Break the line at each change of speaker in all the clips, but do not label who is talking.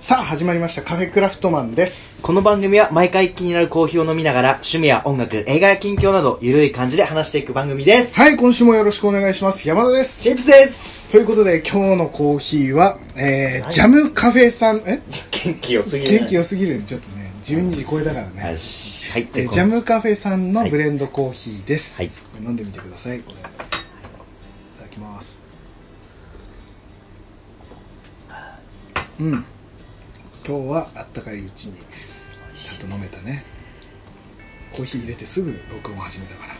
さあ始まりましたカフェクラフトマンです
この番組は毎回気になるコーヒーを飲みながら趣味や音楽、映画や近況などゆるい感じで話していく番組です。
はい今週もよろしくお願いします山田です
チップスです
ということで今日のコーヒーは、えー、
はい
ジャムカフェさんえ
元気よすぎ
元気
よ。
良すぎるねちょっとね12時超えだからね、
はい。入
え
って
ージャムカフェさんのブレンドコーヒーです、
はい
飲んでみてくださいこれいただきますうん今日はあったかいうちにちゃんと飲めたねコーヒー入れてすぐ録音始めたから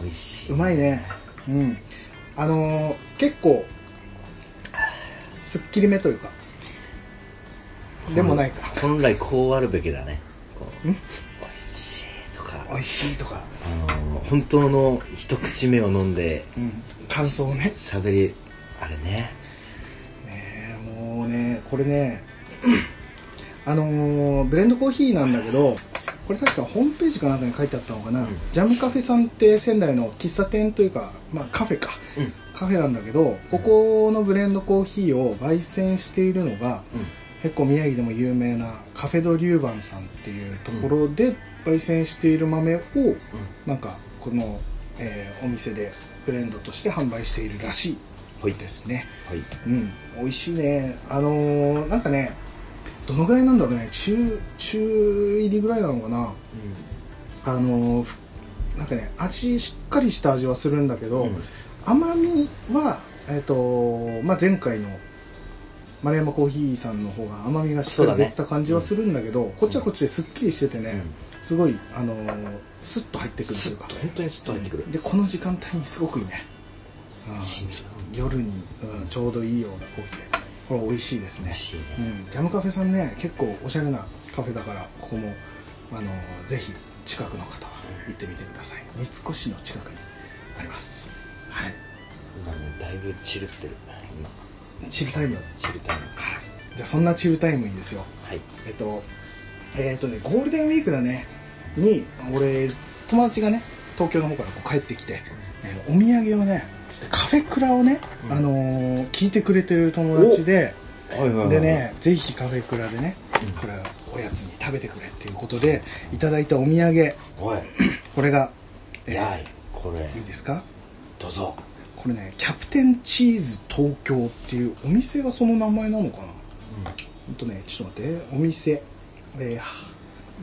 美味しい。
うまいねうんあのー結構すっきりめというかでもないか
本来こうあるべきだね。こう。
ん
美味しいとか。
美味しいとか、
あのー、本当の一口目を飲んで
うん、感想をね
喋り、あれね。
ねえもうねこれねあのーブレンドコーヒーなんだけどこれ確かホームページかなんかに書いてあったのかな、
ん
ジャムカフェさんって仙台の喫茶店というか、まあ、カフェか
うん。
カフェなんだけどここのブレンドコーヒーを焙煎しているのが結構宮城でも有名なカフェド・リューバンさんっていうところで焙煎している豆をなんかこの、えーお店でブレンドとして販売しているらし
ほい
いですね
ほい。
うん美味しいねあのーなんかねどのぐらいなんだろうね中中入りぐらいなのかなあのーふなんかね味しっかりした味はするんだけど、
うん
甘みは、えっとまあ、前回の丸山コーヒーさんの方が甘みがしっかり出てた感じはするんだけどこっちはこっちですっきりしててね、すごい、あのースッと入ってくると
す
い
っ
う
と、
か
本当にすっと入ってくる。
でこの時間帯にすごくいいね、うん
いいね
夜に、うん、ちょうどいいようなコーヒーでこれ美味しいです
美
ね
味しいね。
うん、ジャムカフェさんね結構おしゃれなカフェだからここも、あのぜひ近くの方は行ってみてください三越の近くにありますはい
今もうだいぶチルってる。今。
チルタイムはい
チルタイム。
じゃあそんなチルタイムいいですよ
はい。
えっとえっとねゴールデンウィークだねに俺友達がね東京の方からこう帰ってきて、えーお土産をねカフェクラをね、
うん
あのー聞いてくれてる友達で
はいはいはい
でね、ぜひカフェクラでね
うん、
これおやつに食べてくれっていうことで、いただいたお土産、
おい
これが、えー
やいこれ
いいですか
どうぞ
これね、キャプテンチーズ東京っていうお店がその名前なのかなほんとね、ちょっと待って、お店、え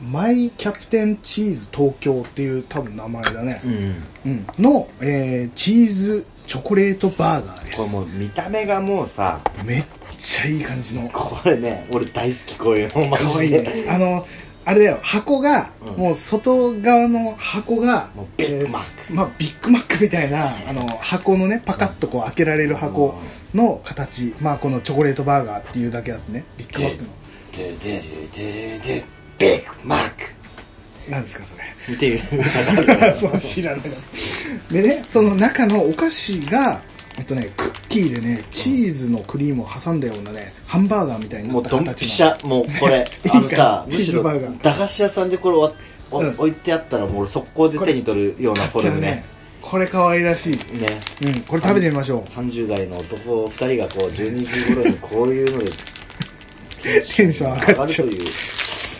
ーマイキャプテンチーズ東京っていう多分名前だね。
うん
うんの、えーチーズチョコレートバーガーで
これ
す
も。う見た目がもうさ
めっちゃいい感じの。
これね俺大好きこういうのマ
かわい
ジ
い
で
ねあのあれだよ箱が、
うん
もう外側の箱が
もうビッグマック
えーまあ、ビッグマックみたいなあの箱のねパカッとこう開けられる箱の形、まあこのチョコレートバーガーっていうだけあってねビッグマックの
ドゥドゥドゥドゥドゥビッグマック
何ですかそれ
っていう
そう知らないでねその中のお菓子がえっとねクッキーでねチーズのクリームを挟んだようなねハンバーガーみたいに
も
なっ
う
た形
ドン
の
ピシャもうこ
い
れ
い
あの
か
さむ
チ
し
ーズ
ろ
バーガー
駄菓子屋さんでこれおお
うん
置いてあったらもう俺速攻で手に取るようなフォルムね
これ可愛らしい、
ね
うん、これ食べてみましょう
30代の男2人がこう12時頃にこういうので
テンション上がっちゃ
と
う
いう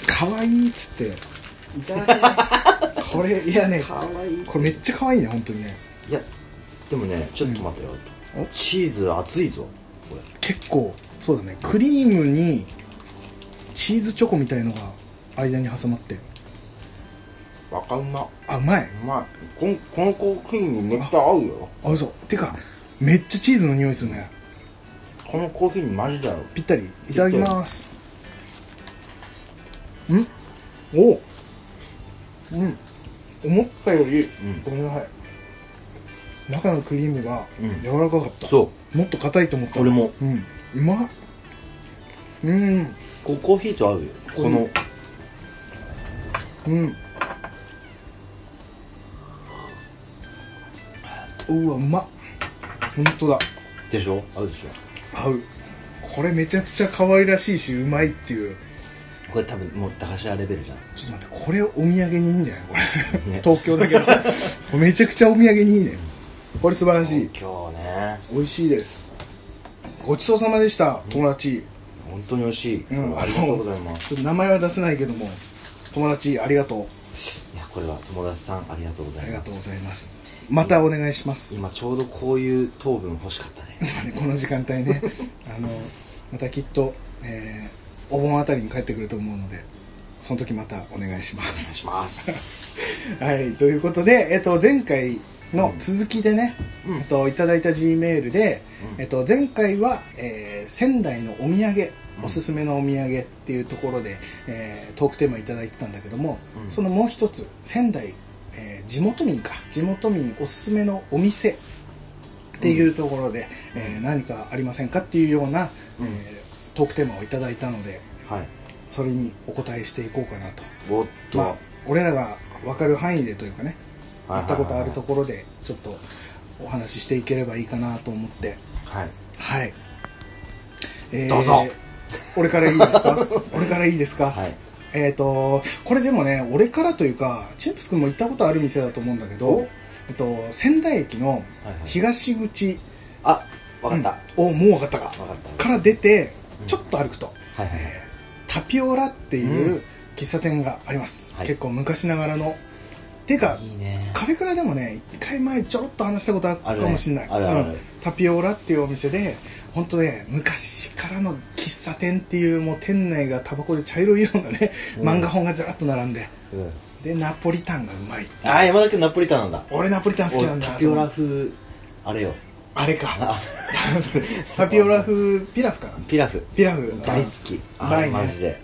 可愛いっつっていただきますこれいやね
かわいい
これめっちゃ可愛いね本当にね
いやでもねちょっと待てよ、
うんお
チーズ熱いぞこれ
結構そうだねクリームにチーズチョコみたいのが間に挟まって
わかんなう
あうまい
まいこんこのコーヒーにめっちゃ合うよ
あそうてかめっちゃチーズの匂いするね
このコーヒーにマジだよ
ぴったりいただきますんおうん思ったより、
ん
ごめんなさい中のクリームが
うん
柔らかかった、
そ
もっと硬いと思った
俺も
うんうまっうん
こコーヒーと合うよこの、
うんうんうわうまっほんとだ
でしょ合うでしょ
合うこれめちゃくちゃ可愛らしいしうまいっていう
これ多分もう駄菓子屋レベルじゃん
ちょっと待ってこれお土産にいいんじゃないこれ、
ね
東京だけどめちゃくちゃお土産にいいねこれ素晴らしい
今日ね
美味しいですごちそうさまでした友達
本当に美味しい、
うん
ありがとうございます
ちょっと名前は出せないけども友達ありがとう
いやこれは友達さんありがとうござ
あ
い
りが
ます
とうございますまたお願いします
今ちょうどこういう糖分欲しかったね
この時間帯 ねあのまたきっと、えーお盆あたりに帰ってくると思うのでその時またお願いしま
お願い
す
します
はいということで、えっと、前回の続きでね、
うん
えっと、いただいた G メールで、
うん
えっと、前回は、えー仙台のお土産
うん
おすすめのお土産っていうところで、えートークテーマいただいてたんだけども、
うん
そのもう一つ仙台、えー地元民か地元民おすすめのお店っていうところで、えー何かありませんかっていうような、
うん
えートークテーマをいただいたので
はい
それにお答えしていこうかなと
おっと、
まあ俺らが分かる範囲でというかね
はい
行ったことあるところでちょっとお話ししていければいいかなと思って
はい
はい、え
どうぞ
俺からいいです か俺からいいですか、
はい
えっ、とこれでもね俺からというかチンプス君も行ったことある店だと思うんだけど
お、
えっと、仙台駅の
はいはい
東口、
あわかった、
うんおもう分かったか
わかった
から出て
うん
ちょっと歩くと、
はいはいはい
えータピオラっていううん喫茶店があります、
はい
結構昔ながらのていうか
いいね
カフェクラでもね一回前ちょろっと話したことあるか
あるね
もしれない
あるあるある
うんタピオラっていうお店で本当ね昔からの喫茶店っていうもう店内がタバコで茶色いようなね、
うん
漫画本がずらっと並んで
うん
でナポリタンがうまいっていう
あー山田君ナポリタンなんだ
俺ナポリタン好きなん
俺
だ
タピオラ
その
風あれよ
あれ か
あ
タピオラ風ピラフかな
ピラフ
ピラフ
大好きあ
ない
れ
ね
マジで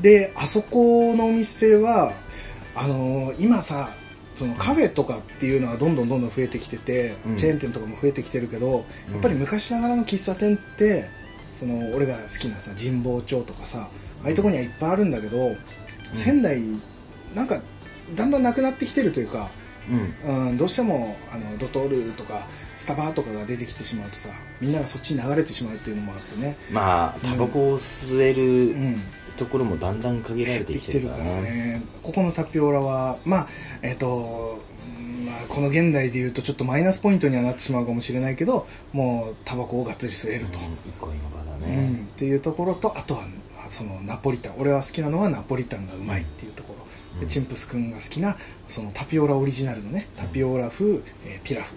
であそこのお店はあのー今さそのカフェとかっていうのはどんどんどんどん増えてきてて、
うん
チェーン店とかも増えてきてるけど、
うん
やっぱり昔ながらの喫茶店ってその俺が好きなさ神保町とかさああいうとこにはいっぱいあるんだけど、仙台なんかだんだんなくなってきてるというか、
うん
うん、どうしてもあのドトールとかスタバとかが出てきてしまうとさみんながそっちに流れてしまうっていうのもあってね、
まあタバコを吸える
うん、
ところもだんだん限られて
で
き
き
て
て
る
る
か
からら
ね
ねここのタピオラはまあえっ、とうんまあ、この現代でいうとちょっとマイナスポイントにはなってしまうかもしれないけどもうタバコをがっつり吸え
うん
ると、
一個今場だ
うんっ
ね
ていうところとあとはそのナポリタン俺は好きなのはナポリタンがうまいっていうところ、
う
で
ん
チンプス君が好きなそのタピオラオリジナルのねタピオラ風、えーピラフ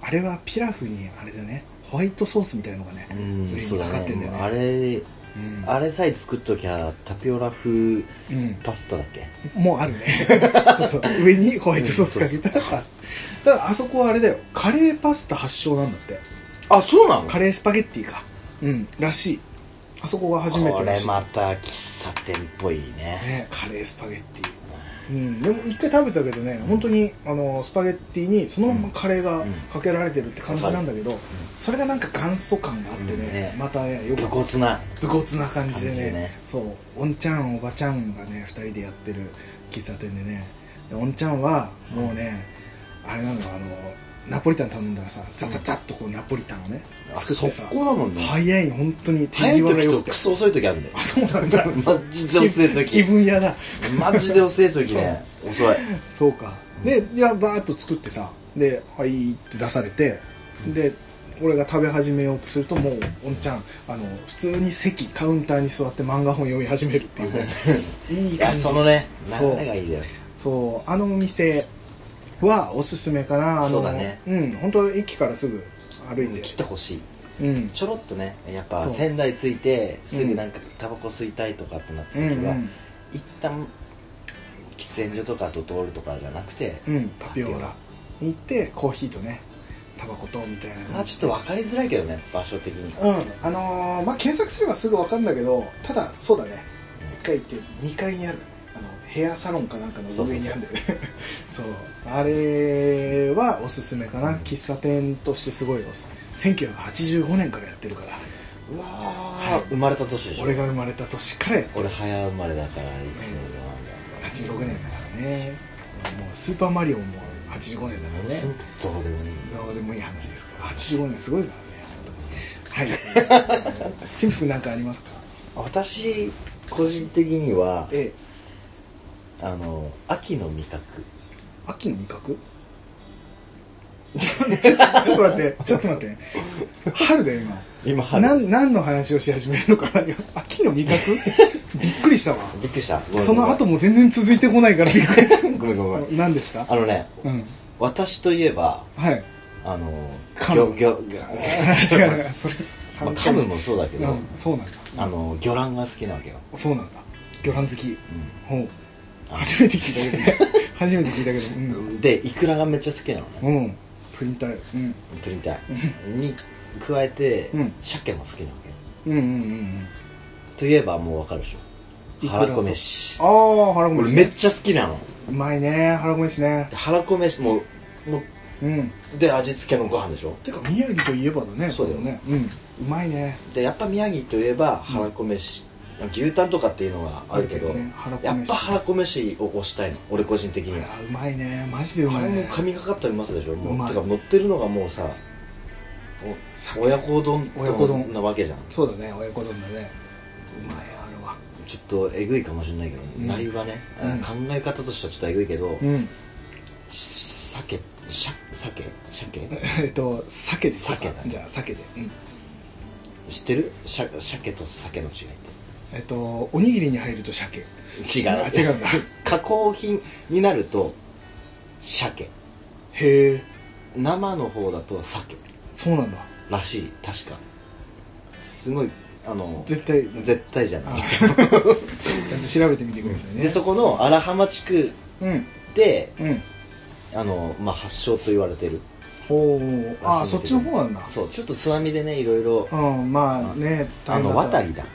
あれはピラフにあれだねホワイトソースみたいのがね、
うん
上
そう
にか
だ
かってんだ
ね
よね
あれ
うん
あれさえ作っときゃタピオラ風
うん
パスタだっけ
もうあるね そうそう上にホワイトソースかけたらパスタただあそこはあれだよカレーパスタ発祥なんだって
あそうなの
カレースパゲッティかうんらしいあそこが初め
こ
てら
れ
しい
また喫茶店っぽいね
ねカレースパゲッティうん、でも一回食べたけどね本当にあのスパゲッティにそのままカレーがかけられてるって感じなんだけど、それがなんか元祖感があってね,、
うんね
またねよく
武骨な
武骨な感じでね
感じでね
そうおんちゃんおばちゃんがね2人でやってる喫茶店でねでおんちゃんはもうね、あれなのよあのナポリタン頼んだらさザッザッザッとこうナポリタンをね
あ
作ってさ
速攻だもんね
早い本当に手
早い
際が
時
良
と
くて
クソ遅い時あるんだよ
あそうなんだ
マジで遅い時
気分屋だ
マジで遅い時ね遅い
そうかでいやバーッと作ってさで「はい」って出されてで俺が食べ始めようとするともうおんちゃんあの普通に席カウンターに座って漫画本読み始めるっていうね いい
いや
感じ
そのね流
そう
れがいいだよ
そうあのお店はおすすめかなあの
そうだね
うん本当駅からすぐ歩いて
来てほしい
うん
ちょろっとねやっぱ
そう
仙台着いてすぐなんかタバコ吸いたいとかってなった
うん
時
う
は
ん
一旦喫煙所とかドトールとかじゃなくて
うんタピオラに行ってコーヒーとねタバコとみたいな
まあ
感じ
ちょっと分かりづらいけどね場所的に
うんあのーまあ検索すればすぐ分かるんだけどただそうだね1階行って2階にあるあのヘアサロンかなんかの上にあるんだよね そうあれはおすすめかな喫茶店としてすごいおすすめ1985年からやってるから
うわ
はい
ー生まれた年でしょ
俺が生まれた年からやってる
俺早生まれだからいつの間
86
にか
年だからねもうスーパーマリオも85年だからね
どうでもいい
どうでもいい話ですから85年すごいからね本当にはい チムス君なんかありますか
私個人的には
ええ
あの秋の味覚
秋の味覚ちょ ちょっと待ってちょっと待って春だよ
今
今
春
なん何の話をし始めるのかな今秋の味覚びっくりしたわ
びっくりしたごめん
その後
ご
もう全然続いてこないからびっく
めんごめんごめんごめん
り何ですか
あのね
うん
私といえば
はい
あの
カ
魚
ム
魚魚
あー 違う違うそれ
まあ
三
カ
回
ムもそうだけど
うんそうなんだ
あの魚卵が好きなわけよ
そうなんだ魚卵好き
う
ほう
あ
初めて聞いたけどね初めて聞いたけど
んでイクラがめっちゃ好きなのね
うんうんプリンターうん
プリンターに加えて
うん
鮭も好きなわけよ
うんうんうんうん
といえばもうわかるでしょ
いくら
は
と
らこ飯
ああ腹ごめ
俺
し
めっちゃ好きなの
うまいね腹ごめしね
ではらこ飯もうも
うん
うで味付けのご飯でしょ
てか宮城といえばだね
そうだよ
ここねうんうまいね
でやっぱ宮城といえばはらこ飯牛タンとかっていうのがあるけど
あるけどねはらこ
や
飯
っぱはらこ飯を推したいの俺個人的
あ
には
らうまいねマジでう
あ
ま
れ
い
も
ね
神がかったうまさでしょ
う
も
ま
う
い
てか乗ってるのがもうさ
さ
お親子丼とか
親子丼
なわけじゃん
そうだね親子丼だねうまいあれは
ちょっとえぐいかもしれないけど、
うん
なりはね、
うん
考え方としてはちょっとえぐいけど、
うん
鮭しゃ鮭鮭
えっと鮭でいこうか
鮭だね
じゃあ鮭でうん
知ってるしゃ鮭と鮭の違いっ
えっとおにぎりに入ると鮭
て違う
あ違うんだ
加工品になると鮭
へえ
生の方だと鮭
そうなんだ
らしい確かすごいあの
絶対
絶対じゃな
あ
い
ちゃんと調べてみてくださいね
でそこの荒浜地区
うん
で
うん
あの、まあ、発祥と言われてる
ほうああそっちの方なんだ
そうちょっと津波でねいろいろ
うんまあね
あの
大変だっ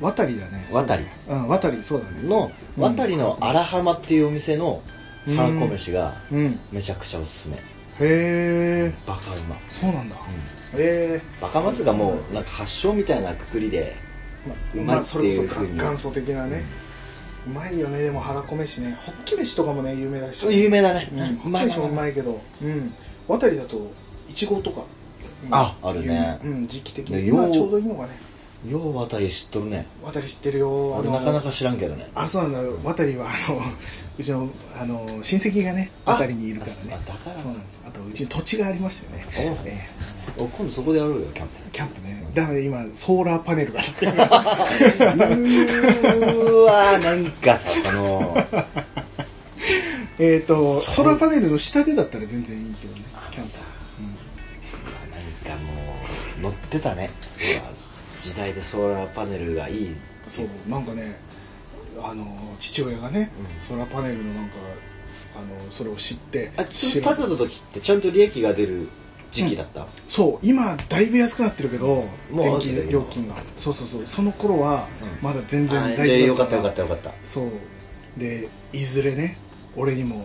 た
渡
渡
りだ
りだね
渡り
そうだねうん渡りそうだね
の
うん
渡りの荒浜っていうお店の
うん
はらこ飯が
うんへ
めちゃくちゃおすすめ
え
バカうま
そうなんだへえ
バカ松がもうなんか発祥みたいなくくりで
ま
う
ま
まい
あそれこ
っていう
そ
ふうに
元祖的なねうまいよねでも腹こ飯ねホッキ飯とかもね有名だし
有名だね
うんホッ
うま
キ
い
飯もうまいけどうん渡りだといちごとかうん
ああるね
有名うん時期的
ね
に
よう
今ちょうどいいのがね
よう渡り知っとるね
渡り知ってるよあ
俺
の
なかなか知らんけどね
あそうなんだよ渡りはあの うちのあの親戚がね
あ
渡りにいるからね
あだから
そうなんですあとうちに土地がありましてね
おう
ええ
お今度そこでやろうよキャン
キャンプねダメで今ソーラーパネルが
プうーわなんかさその
えっと
そう
ソーラーパネルの下でだったら全然いいけどねキャンプ
さなんかもう乗ってたねほら時代でソーラーパネルがいい
そうなんかねあの父親がね、
うん
ソーラーパネルのなんかあのそれを知って
あち
知
ょ
ら
建てた時ってちゃんと利益が出る時期だった、
そう今だいぶ安くなってるけど
もう
電
後で今
気料金がそうそうそうその頃は
うん
まだ全然
あ
大
ー
丈夫
じゃあ
だ
よ
った
かったよかったよかった
そうでいずれね俺にも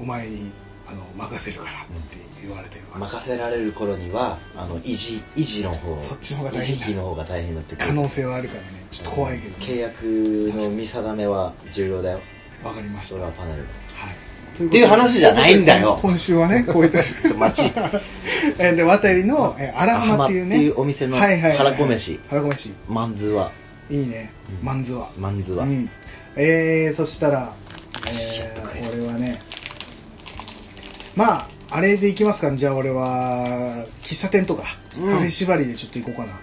お前にあの任せるからって言われてるから、
任せられる頃にはあの維持維持の方
そっちの方が大変
維持費の方が大変になってくる
可能性はあるからねちょっと怖いけど、
契
ね、
約の見定めは重要だよ
わかりまし
ソ
た
ーラ
は
ーパネルの
い
っていう話じゃないんだよ
今週はねこういった
ちょっと待ち
えで渡りのえ荒浜っていう
荒浜ってい
ね
うお店の
はいはいはい
はらこ飯
はらこ飯
マンズはい
いね
うん
まんずは
マンズは、
うんえー、そしたら、
ちょ
え
っと食え
ー、俺はねまああれでいきますかじゃあ俺は喫茶店とかカ
うん
フェ縛りでちょっと行こうかな、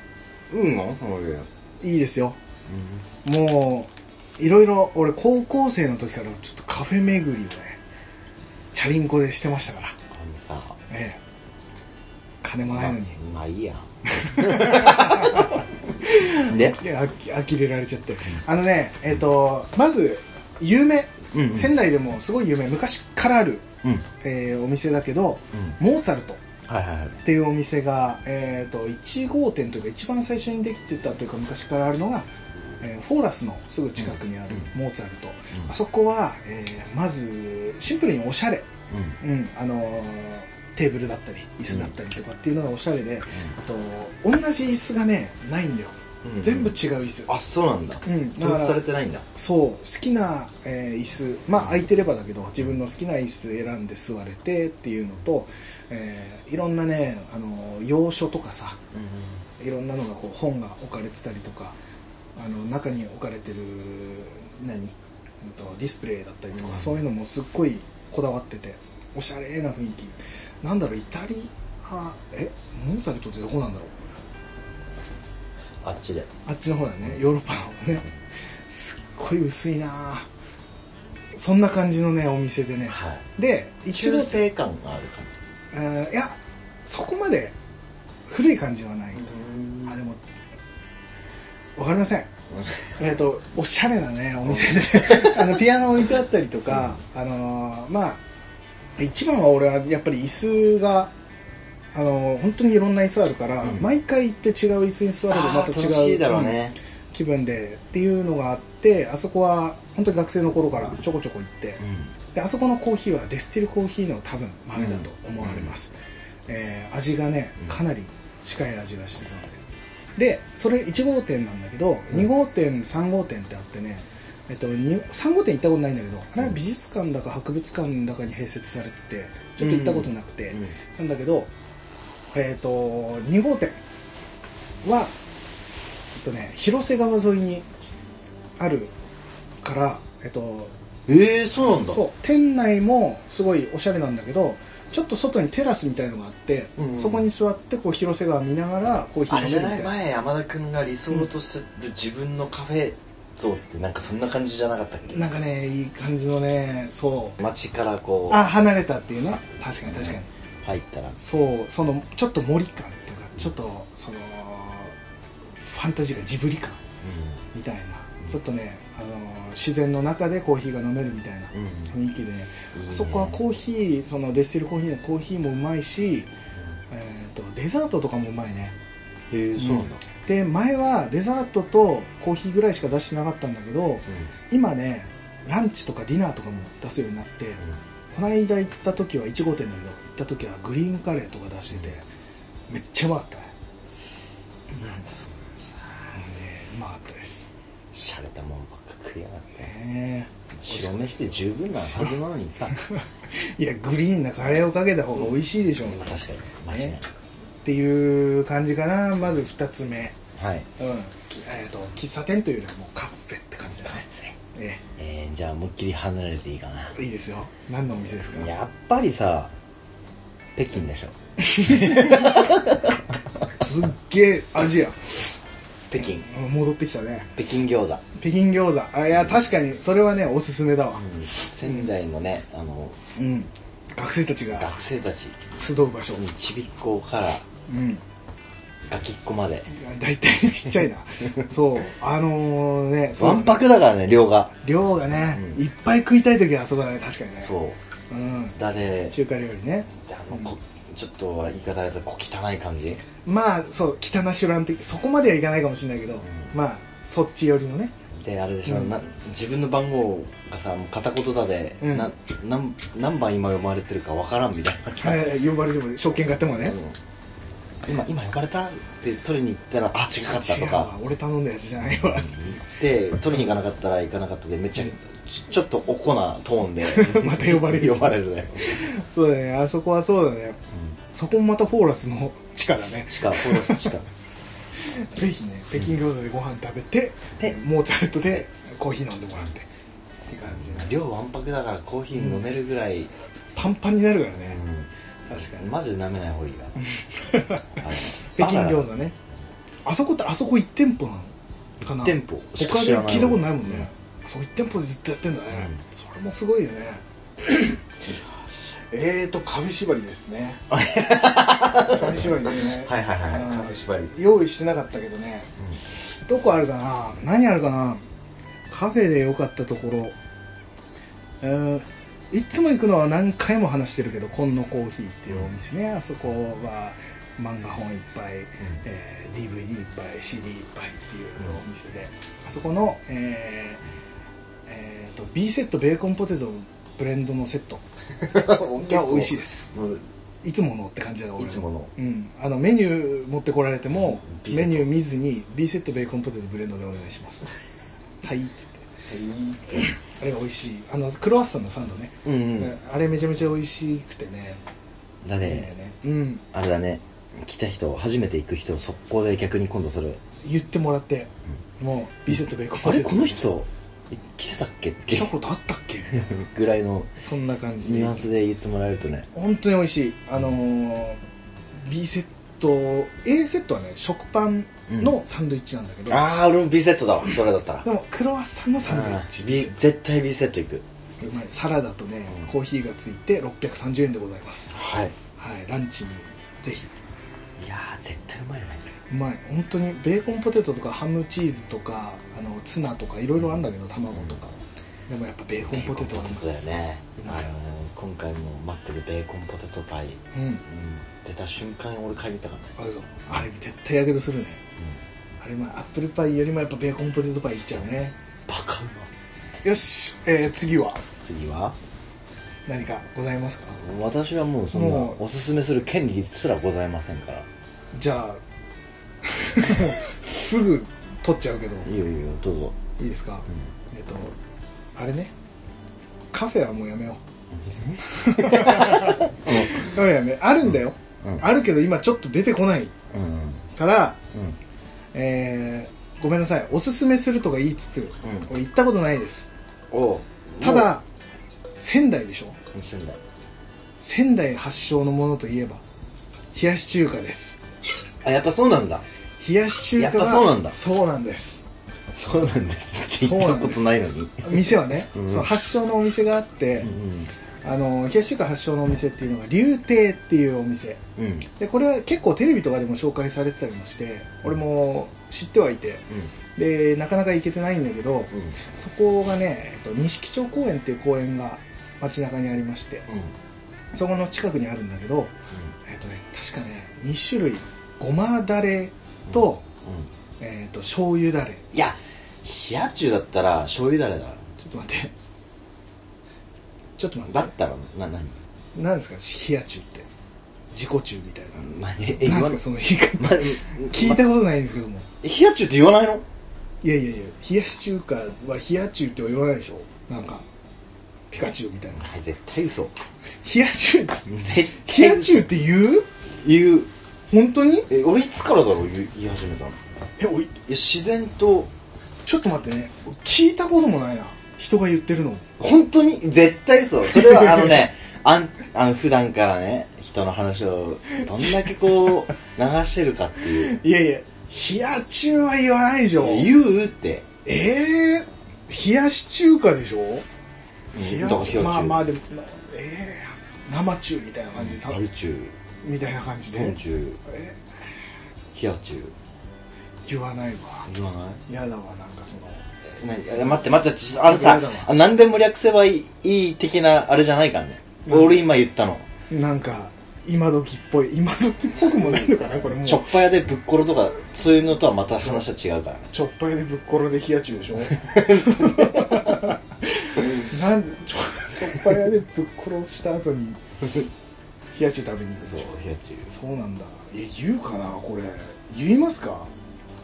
うんの俺うん
いいですよもういろいろ俺高校生の時からちょっとカフェ巡りをねチャリンコでしてましたから
あのさ
ええ金もないのに
まあいい やで
であ呆れられちゃってあのねえっ、とまず有名、
うんうん
仙台でもすごい有名昔からある、
うんうん
えーお店だけどモーツァルトっ
はいはいはい
ていうお店が、えー、と1号店というか一番最初にできてたというか昔からあるのが、えーフォーラスのすぐ近くにあるモーツァルト、あそこは、えーまずシンプルにおしゃれ、
うんうん
うんあのーテーブルだったり椅子だったりとかっていうのがおしゃれで、あと同じ椅子がねないんだよ、
うん
全部違う椅子
あそうなんだ
うんだ
統
か
一され
ら
てないんだ
そう好きな、えー椅子まあ空いてればだけど自分の好きな椅子選んで座れてっていうのと、えーいろんなねあの洋書とかさいろんなのがこう本が置かれてたりとかあの中に置かれてる何うんとディスプレイだったりとか、
うん
そういうのもすっごいこだわってておしゃれな雰囲気なんだろうイタリアえモーツァルトってどこなんだろう
あっちで
あっちの方だねヨーロッパの方ねすっごい薄いなそんな感じのねお店でね
はい
で一
中
度
性感がある感
あーいやそこまで古い感じはない
じ
あでもわかりませんえっとおしゃれなねお店で あのピアノ置いてあったりとか、あのーまあ一番は俺はやっぱり椅子があのー本当にいろんな椅子あるから、
うん
毎回行って違う椅子に座るとま
あ
た
ー
違う
楽しいだろうね
うん気分でっていうのがあってあそこは本当に学生の頃からちょこちょこ行って、であそこのコーヒーはデスティルコーヒーの多分豆だと思われます、えー味がね
うん
かなり近い味がしてたのででそれ1号店なんだけど、
うん
2号店3号店ってあってね、えっと、に3号店行ったことないんだけどあれは美術館だか博物館だかに併設されててちょっと行ったことなくて、
うんうん
なんだけどえっ、と2号店は、えっとね、広瀬川沿いにあるから、えっと、
えー、そうなんだ
そう店内もすごいおしゃれなんだけどちょっと外にテラスみたいのがあって、
うんうん
そこに座ってこう広瀬川見ながらコーヒ
あ
ー
れ
飲
じ
め
ゃ
るみ
な
た
い
いな
前山田君が理想とする自分のカフェ像ってなんかそんな感じじゃなかったっけ
なんかねいい感じのねそう
街からこ
あ離れたっていうね確かに確かに
う入ったら
そうそのちょっと森感っていうかちょっとそのファンタジーがジブリ感みたいなちょっとね、あの自然の中でコーヒーが飲めるみたいな
うん、うん
雰囲気で、
いいね
あそこはコーヒーそのデスティルコーヒーのコーヒーもうまいし、えー、とデザートとかもうまいね
えー、そうなんだ、
で前はデザートとコーヒーぐらいしか出してなかったんだけど今ねランチとかディナーとかも出すようになってこの間行った時は1号店だけど行った時はグリーンカレーとか出しててめっちゃうまかったねうんねうまかったです
しゃれたもんばっか食いやがって
ね
白飯で十分なはずなのにさ
えいやグリーンなカレーをかけた方が美味しいでしょう、
まあ
っ
確かに間違いない
ねていう感じかなまず2つ目
はい
うんきえー、と喫茶店というよりはもうカフェって感じだねえ
えー、じゃあ思いっきり離れていいかな
えいいですよ何のお店ですか
やっぱりさ北京でしょ
すっげえアジア
北京
うん戻ってきたね
北京餃子、
北京餃子あいや確かにそれはねおすすめだわ
うん、仙台のねあの
うん学生たちが
学生たち
集う場所
にちびっ子から
うんい
ガキっ子まで
や大体ちっちゃい なそうあのねそう
わんぱくだからね量が
量がね、
うん
いっぱい食いたい時はあそこだね確かにね、
そう
ん、
うだで
中華料理ね
あのこちょっと言い方あれだと小汚い感じ
まあそう汚しゅらん的そこまではいかないかもしれないけど、
ん
まあそっち寄りのね
であれでしょ、
うん
な自分の番号がさもう片言だで、
うん
ななん何番今読まれてるかわからんみたいなさ、
はい呼ばれても証券買ってもね、
うん今今呼ばれたって取りに行ったらあ違かった
違
と
うわ
か
俺頼んだやつじゃないわ
で取りに行かなかったら行かなかったでめっちゃちょちょっとおこなトーンで
また呼ばれる
呼ばれるね、
そうだねあそこはそうだね
う
そこもまたフォーラスの地下だ ね
ん、しかフォロスしか
ぜひね北京餃子でご飯食べて、
で
モーツァルトでコーヒー飲んでもらってって感じだね
量わんぱくだからコーヒー飲めるぐらい、
パンパンになるからね、
うん
確かに
マジで舐めない方がいいわ
北京餃
子
子ねあそこってあそこ1店舗なのかな
店舗しか
他
知
で
ら
聞いたことないもんね、あそこ1店舗でずっとやってんだね、
うん
それもすごいよね えーと壁縛りですね 壁縛りですね
はいはいはいはい
うん
壁縛りうん
用意してなかったけどねどこあるかな何あるかなカフェで良かったところ、えーいつも行くのは何回も話してるけど紺のコーヒーっていうお店ねあそこは漫画本いっぱい、えー DVD いっぱい CD いっぱいっていうお店であそこの、えーえーと B セットベーコンポテトブレンドのセットが美味しいです
うん
いつものって感じだ俺
いつもの
うん、あのメニュー持ってこられても
うん
メニュー見ずに B セットベーコンポテトブレンドでお願いします はいっつってあれが美味しいあのクロワッサンのサンドね、
うんうん
うんあれめちゃめちゃ美味しくてね
だ
いいんだ
ね
よね、うん、
あれだね来た人初めて行く人速攻で逆に今度それ
言ってもらってもう B セットベーコン
あ
ポ
れ
テト
この人来てたっけって
来たことあったっけ
ぐらいの
そんな感じ
ニ
で
ュアンスで言ってもらえるとね
本当に美味しいあのー B セット A セットはね食パンのサンドイッチなんだけど、
ああ俺も B セットだわそれだったら
でもクロワッサンのサンドイ
あ
ッチ
ー B 絶対 B セットいく
うまいサラダとね
うん
コーヒーがついて630円でございます
はい
はいランチにぜひ
いやー絶対うまいよね
うまい本当にベーコンポテトとかハムチーズとかあのツナとかいろいろあるんだけど卵とかでもやっぱベーコンポテトはう
ベーコンポテト
まい
だよね
う
あ
ま
の
い
ー今回もマックでベーコンポテトパイ、うん、
うん
出た瞬間俺買いに行ったか
あ
らね、
れぞあれ絶対やけどするねあれまあアップルパイよりもやっぱベーコンポテトパイいっちゃうね
バカうま
よし、えー、次は
次は
何かございますか
私はもうそんな
もう
おすすめする権利すらございませんから
じゃあ すぐ取っちゃうけど
いいよいいよどうぞ、
いいですか、えっとあれねカフェはもうやめようカフェやめあるんだよ、
うん
あるけど今ちょっと出てこない
うんうん
から
うん
えー、ごめんなさいおすすめするとか言いつつ、
うん
俺行ったことないです
おう
ただ仙台でしょ
もう仙台
仙台発祥のものといえば冷やし中華です
あやっぱそうなんだ
冷やし中華
やっぱそうなんだ
そうなんです
そうなんですって
そう
言っ
な
た
ん
こ
です
とないのに
店はね、
うん
その発祥のお店があって、
うん
あの冷やし中華発祥のお店っていうのが竜亭っていうお店
うんうん
でこれは結構テレビとかでも紹介されてたりもして俺も知ってはいてでなかなか行けてないんだけど
うん
そこがね、えっと、錦町公園っていう公園が街中にありましてそこの近くにあるんだけど、えっとね、確かね2種類ごまだれと,、
うん
えっと醤油だれ
いや冷や中だったら醤油だれだ
ちょっと待ってちょっと待
だ
っ
ってたらな何
何ですか冷や中って自己中みたいな
まええ
なん
言
です
わな
かその言い方
ま
聞いたことないんですけども
冷や中って言わないの
いやいやいや冷やし中華は冷や中っては言わないでしょなんかピカチュウみたいな
はい絶対嘘
冷や中って
絶
冷
対
や中って言う
言う
本当に
え俺いつからだろう言う言い始めたのい
えおい
や自然と
ちょっと待ってね聞いたこともないな人が言ってるの
本当に絶対そうそれはあのねあんあの普段からね人の話をどんだけこう流してるかっていう
いやいや冷や中は言わないでしょ
言うって
えー、冷やし中華でしょ冷や
だから
中まあまあ
で
でもええー、生中みたいな感じでた
春中
みたいな感じ
豚
で
中
え
冷や中
ー言わないわ
言わない
嫌だわなんかその
何いや待って待ってちょあのさ
嫌だわ
あ何でも略せばいいいい的なあれじゃないからね
なん
俺今言ったの
なんか今時っぽい今時っぽくもないのかなこれもう
ちょっぱやでぶっころとかそういうのとはまた話は違うからね
ちょっぱいでぶっころで冷や中でし ょなんでちょちょっぱいでぶっころした後に冷や中食べに行く
そ
でし
う
ょ
冷や中
そうなんだえ言うかなこれ言いますか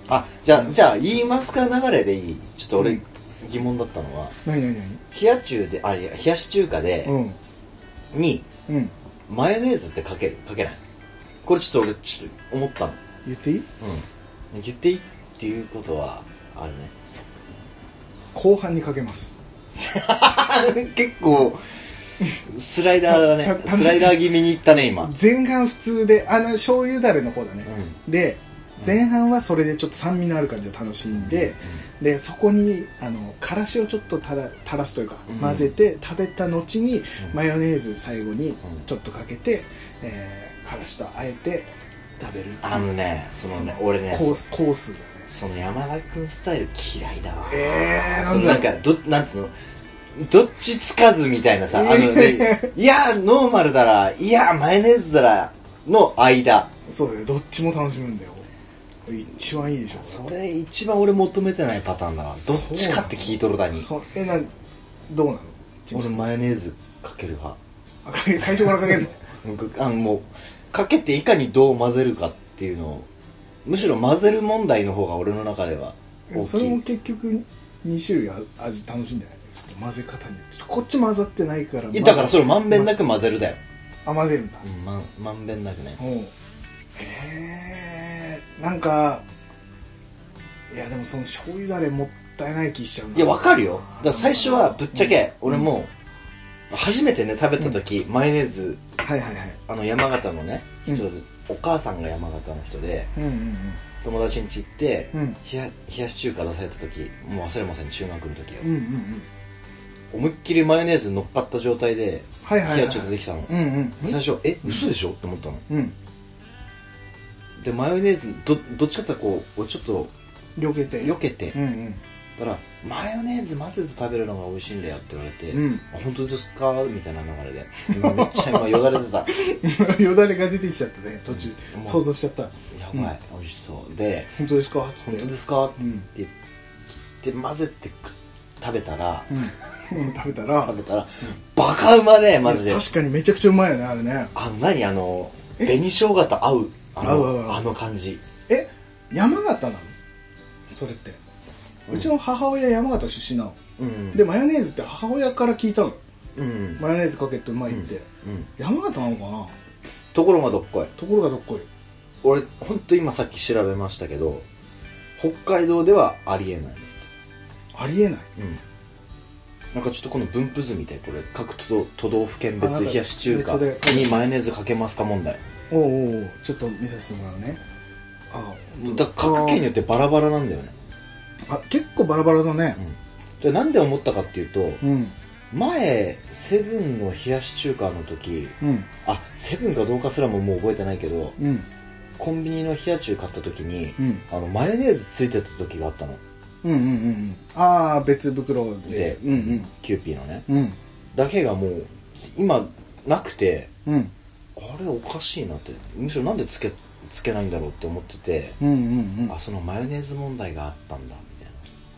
あじゃあじゃあ言いますか流れでいいちょっと
う
俺
ん
疑問だったのは
何何
冷や中であいや冷やし中華で
何
に
うんうん
マヨネーズってかけるかけないこれちょっと俺ちょっと思ったの
言っていい
うん言っていいっていうことはあるね
後半にかけます
結構スライダーだね
たたた
スライダー気味にいったね今
前半普通であの醤油だれの方だね、
う
で前半はそれでちょっと酸味のある感じを楽しんで、でそこにあのからしをちょっとたら垂らすというか、
うん
混ぜて食べた後に、マヨネーズ最後に
ん
ちょっとかけて、えーからしとあえて食べる
あのねそのね
その
俺ね
コースコースだね
その山田君スタイル嫌いだわ
えー
その
な
なんん
だ
かどなんつうのどっちつかずみたいなさ、あのね、いや、ノーマルだら、いや、マヨネーズだら、の間。
そうだよどっちも楽しむんだよ一番いいでしょ
それ一番俺求めてないパターンだわ。どっちかって聞いとるだに。
そえなどうなの
俺マヨネーズかける派。
あかけ最初からかけるの
僕あのもうかけていかにどう混ぜるかっていうのをむしろ混ぜる問題の方が俺の中では 大
そ
き
れも
い
結局2種類あ味楽しんでないちょっと混ぜ方によってこっち混ざってないから
いやだからそれまんべんなく混ぜるだよ、
あ混ぜるんだ
うん、まんまんべんなくね
おうえー、なんかいやでもその醤油だれ持っったいない気しちゃうない
や、わかるよ。だから最初は、ぶっちゃけ、俺も、初めてね、食べた時、マヨネーズ、
はいはいはい
あの、山形のね、
うん
人で、お母さんが山形の人で、
うんうん
友達ん家行って、
うん
冷や冷やし中華出された時、もう忘れません、中学の時よ
うんう。んうん
思いっきりマヨネーズ乗っかった状態で、
はいはいはい
冷や中華できたの。
うんうん
最初、え、嘘でしょって思ったの。
うんうん
で、マヨネーズ、ど、どっちかって言ったらこう、ちょっと、
よけて
避けて、
うんうん
たら「マヨネーズ混ぜて食べるのが美味しいんだよ」って言われて「
うん
あ本当ですか?」みたいな流れで今めっちゃ今よだれ てた
よだれが出てきちゃったね途中
うん
想像しちゃった
やばい、美味しそうで
本当ですかっ
「
つっ
本
て
当ですか?」って
うん
言って切って混ぜてく食べたら、
うんうん食べたら
食べたら、バカうまでマジ
い
で
や確かにめちゃくちゃうまいよねあれね
あの何あの紅生姜と合うあの
合う合う合う
あの感じ
え山形なのそれってうちの母親山形出身なの
うん
でマヨネーズって母親から聞いたの
うん、
マヨネーズかけてうまいって
うん、
山形なのかな
ところがどっこい
ところがどっこい
俺本当今さっき調べましたけど北海道ではありえない
ありえない
うん、なんかちょっとこの分布図みたいこれ各都都道府県別
あなんか
冷やし中華
ネットで
にマヨネーズかけますか問題
おうおうおうちょっと見させてもらうねあ
だから各県によってバラバラなんだよね、
あ結構バラバラだね
うん、でなんで思ったかっていうと
うん
前セブンの冷やし中華の時
うん
あセブンかどうかすらももう覚えてないけど
うん
コンビニの冷や中買った時に、
うん
あのマヨネーズついてた時があったの
うんうんうんうんああ別袋で
で、
うん
キューピーのね
うんうん
だけがもう今なくて
うん
あれおかしいなってむしろなんでつけつけないんだろうって思ってて
うんうんうん
あそのマヨネーズ問題があったんだみ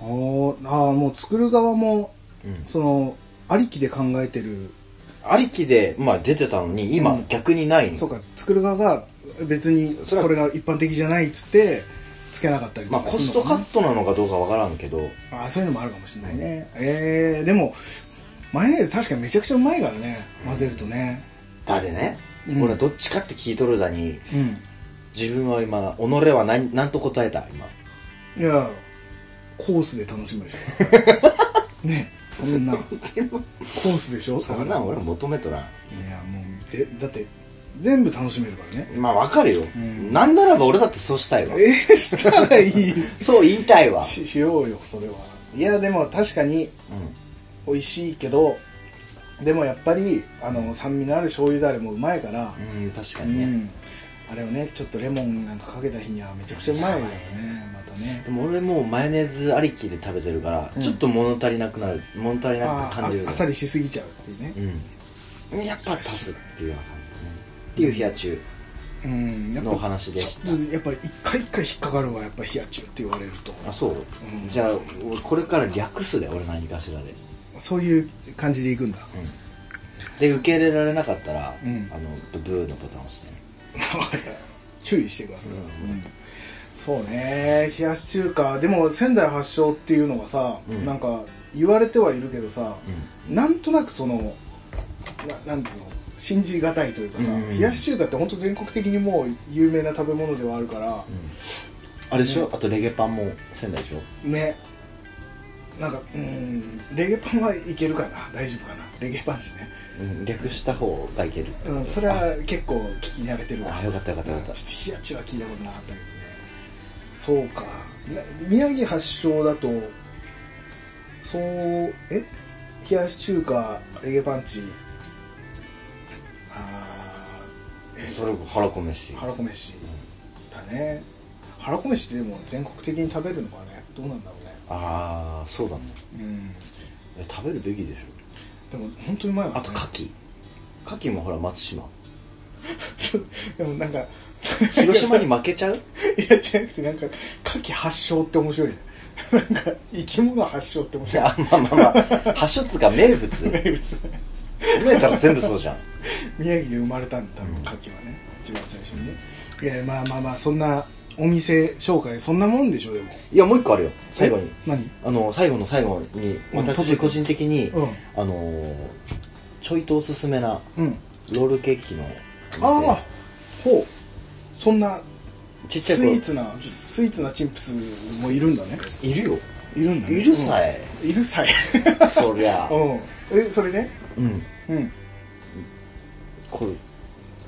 おーああもう作る側も
たいな、
そのありきで考えてる、
ありきで、まあ、出てたのに今、
うん
逆にないの
そうか作る側が別に
それは
それが一般的じゃないっつってつけなかったりと
まあ、
か
コ
す
ス
るの
ト
か
カ
な、
ットなのかどうかわからんけど
あーそういうのもあるかもしれないね、えー、でもマヨネーズ確かにめちゃくちゃうまいからね混ぜるとね
だでね、
うん
俺どっちかって聞いとるだに
うん
自分は今己は何何と答えた今
いやコースで楽しむでし ょねそんなコースでしょ
そんなん俺求めとらん
いやもうぜだって全部楽しめるからね
まあわかるよ、
ん
なんならば俺だってそうしたいわ
えー、したらい い
そう言いたいわ、
ししようよそれはいやでも確かに
う
美味しいけどでもやっぱりあの酸味のある醤油だれもうまいから、
ん、うん、確か
う
に
ん
ね、
あれをねちょっとレモンなんかかけた日にはめちゃくちゃうまいよねまたね
でも俺もうマヨネーズありきで食べてるから、
うん
ちょっと物足りなくなる物足りな
あ
く
ー
感じる
ああっさりしすぎちゃうっていうね
うん、やっぱ足すっていうような感じだねっていう冷や中
うんやっぱ
のお話でした
ちょっとやっぱ一回一回引っかかるわやっぱ冷や中って言われると
あそう、
ん
じゃあ俺これから略すで俺何かしらで、
そういう感じでいくんだ
で受け入れられなかったら、
うん
あのブーのボタンを押してね
注意してください、
うん
そうね冷やし中華でも仙台発祥っていうのがさ、
うん
なんか言われてはいるけどさ、なんとなくそのななんつうの信じがたいというかさ、
うん
冷やし中華って本当全国的にもう有名な食べ物ではあるから、
あれでしょ、あとレゲパンも仙台でしょ
ねなんかうんレゲパンはいけるかな大丈夫かなレゲパンチね、
うん略した方がいける、
うん、それは結構聞き慣れてるわ
あよかったよかったよかった
ちょっと冷やちは聞いたことなかったけどねそうかな宮城発祥だとそうえ冷やし中華レゲパンチあーえ
それこそ腹こ飯
はらこ飯だねはらこ飯ってでも全国的に食べるのかねどうなんだろうね
ああそうだね
うん
え食べるべきでしょ
でも本当にうまいわ、ね、
あと牡蠣牡蠣もほら松島
でもなんか
広島に負けちゃう
いやじゃなくてなんか牡蠣発祥って面白いね なんか生き物発祥って面白い
あまあまあまあ発祥つうか名物
名物
見えたら全部そうじゃん
宮城で生まれたんだろう牡蠣はね一番最初にねいやまあまあまあそんなお店紹介そんなもんでしょでも
いやもう一個あるよ最後に
何
あの最後の最後に
うん取っと
私
く
個人的に、
うん
あのーちょいとおすすめな
うん
ロールケーキの
ああほうそんな
ちっち
ス
ゃい
イー
子
ツなスイーツなチンプスもいるんだね
いるよ
いるんだね
いるさえ
うんいるさえ
そりゃ
うんえそれで
うん
うん
こ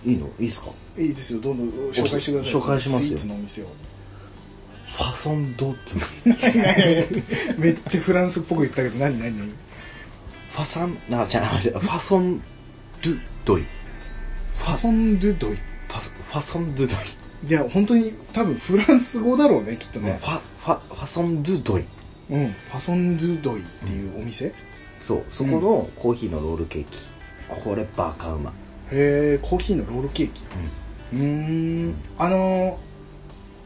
れいいのいいっすか
いいですよどんどん紹介してください
紹介しますよ
スイーツのお店を
ファソンドーっ
い
て
やいやいやめっちゃフランスっぽく言ったけど何何何フ
ファサンあ違う違うファソンドゥドイ
ァソン・ドゥ・ドイ
ファファソンドゥドイ
いや本当に多分フランス語だろうねきっと
ね
ね
ファファファソンドゥドイ
うんファソン・ドゥ・ドイっていうお店、へ
そうそこのコーヒーのロールケーキこれバカうま
えコーヒーのロールケーキうーんあの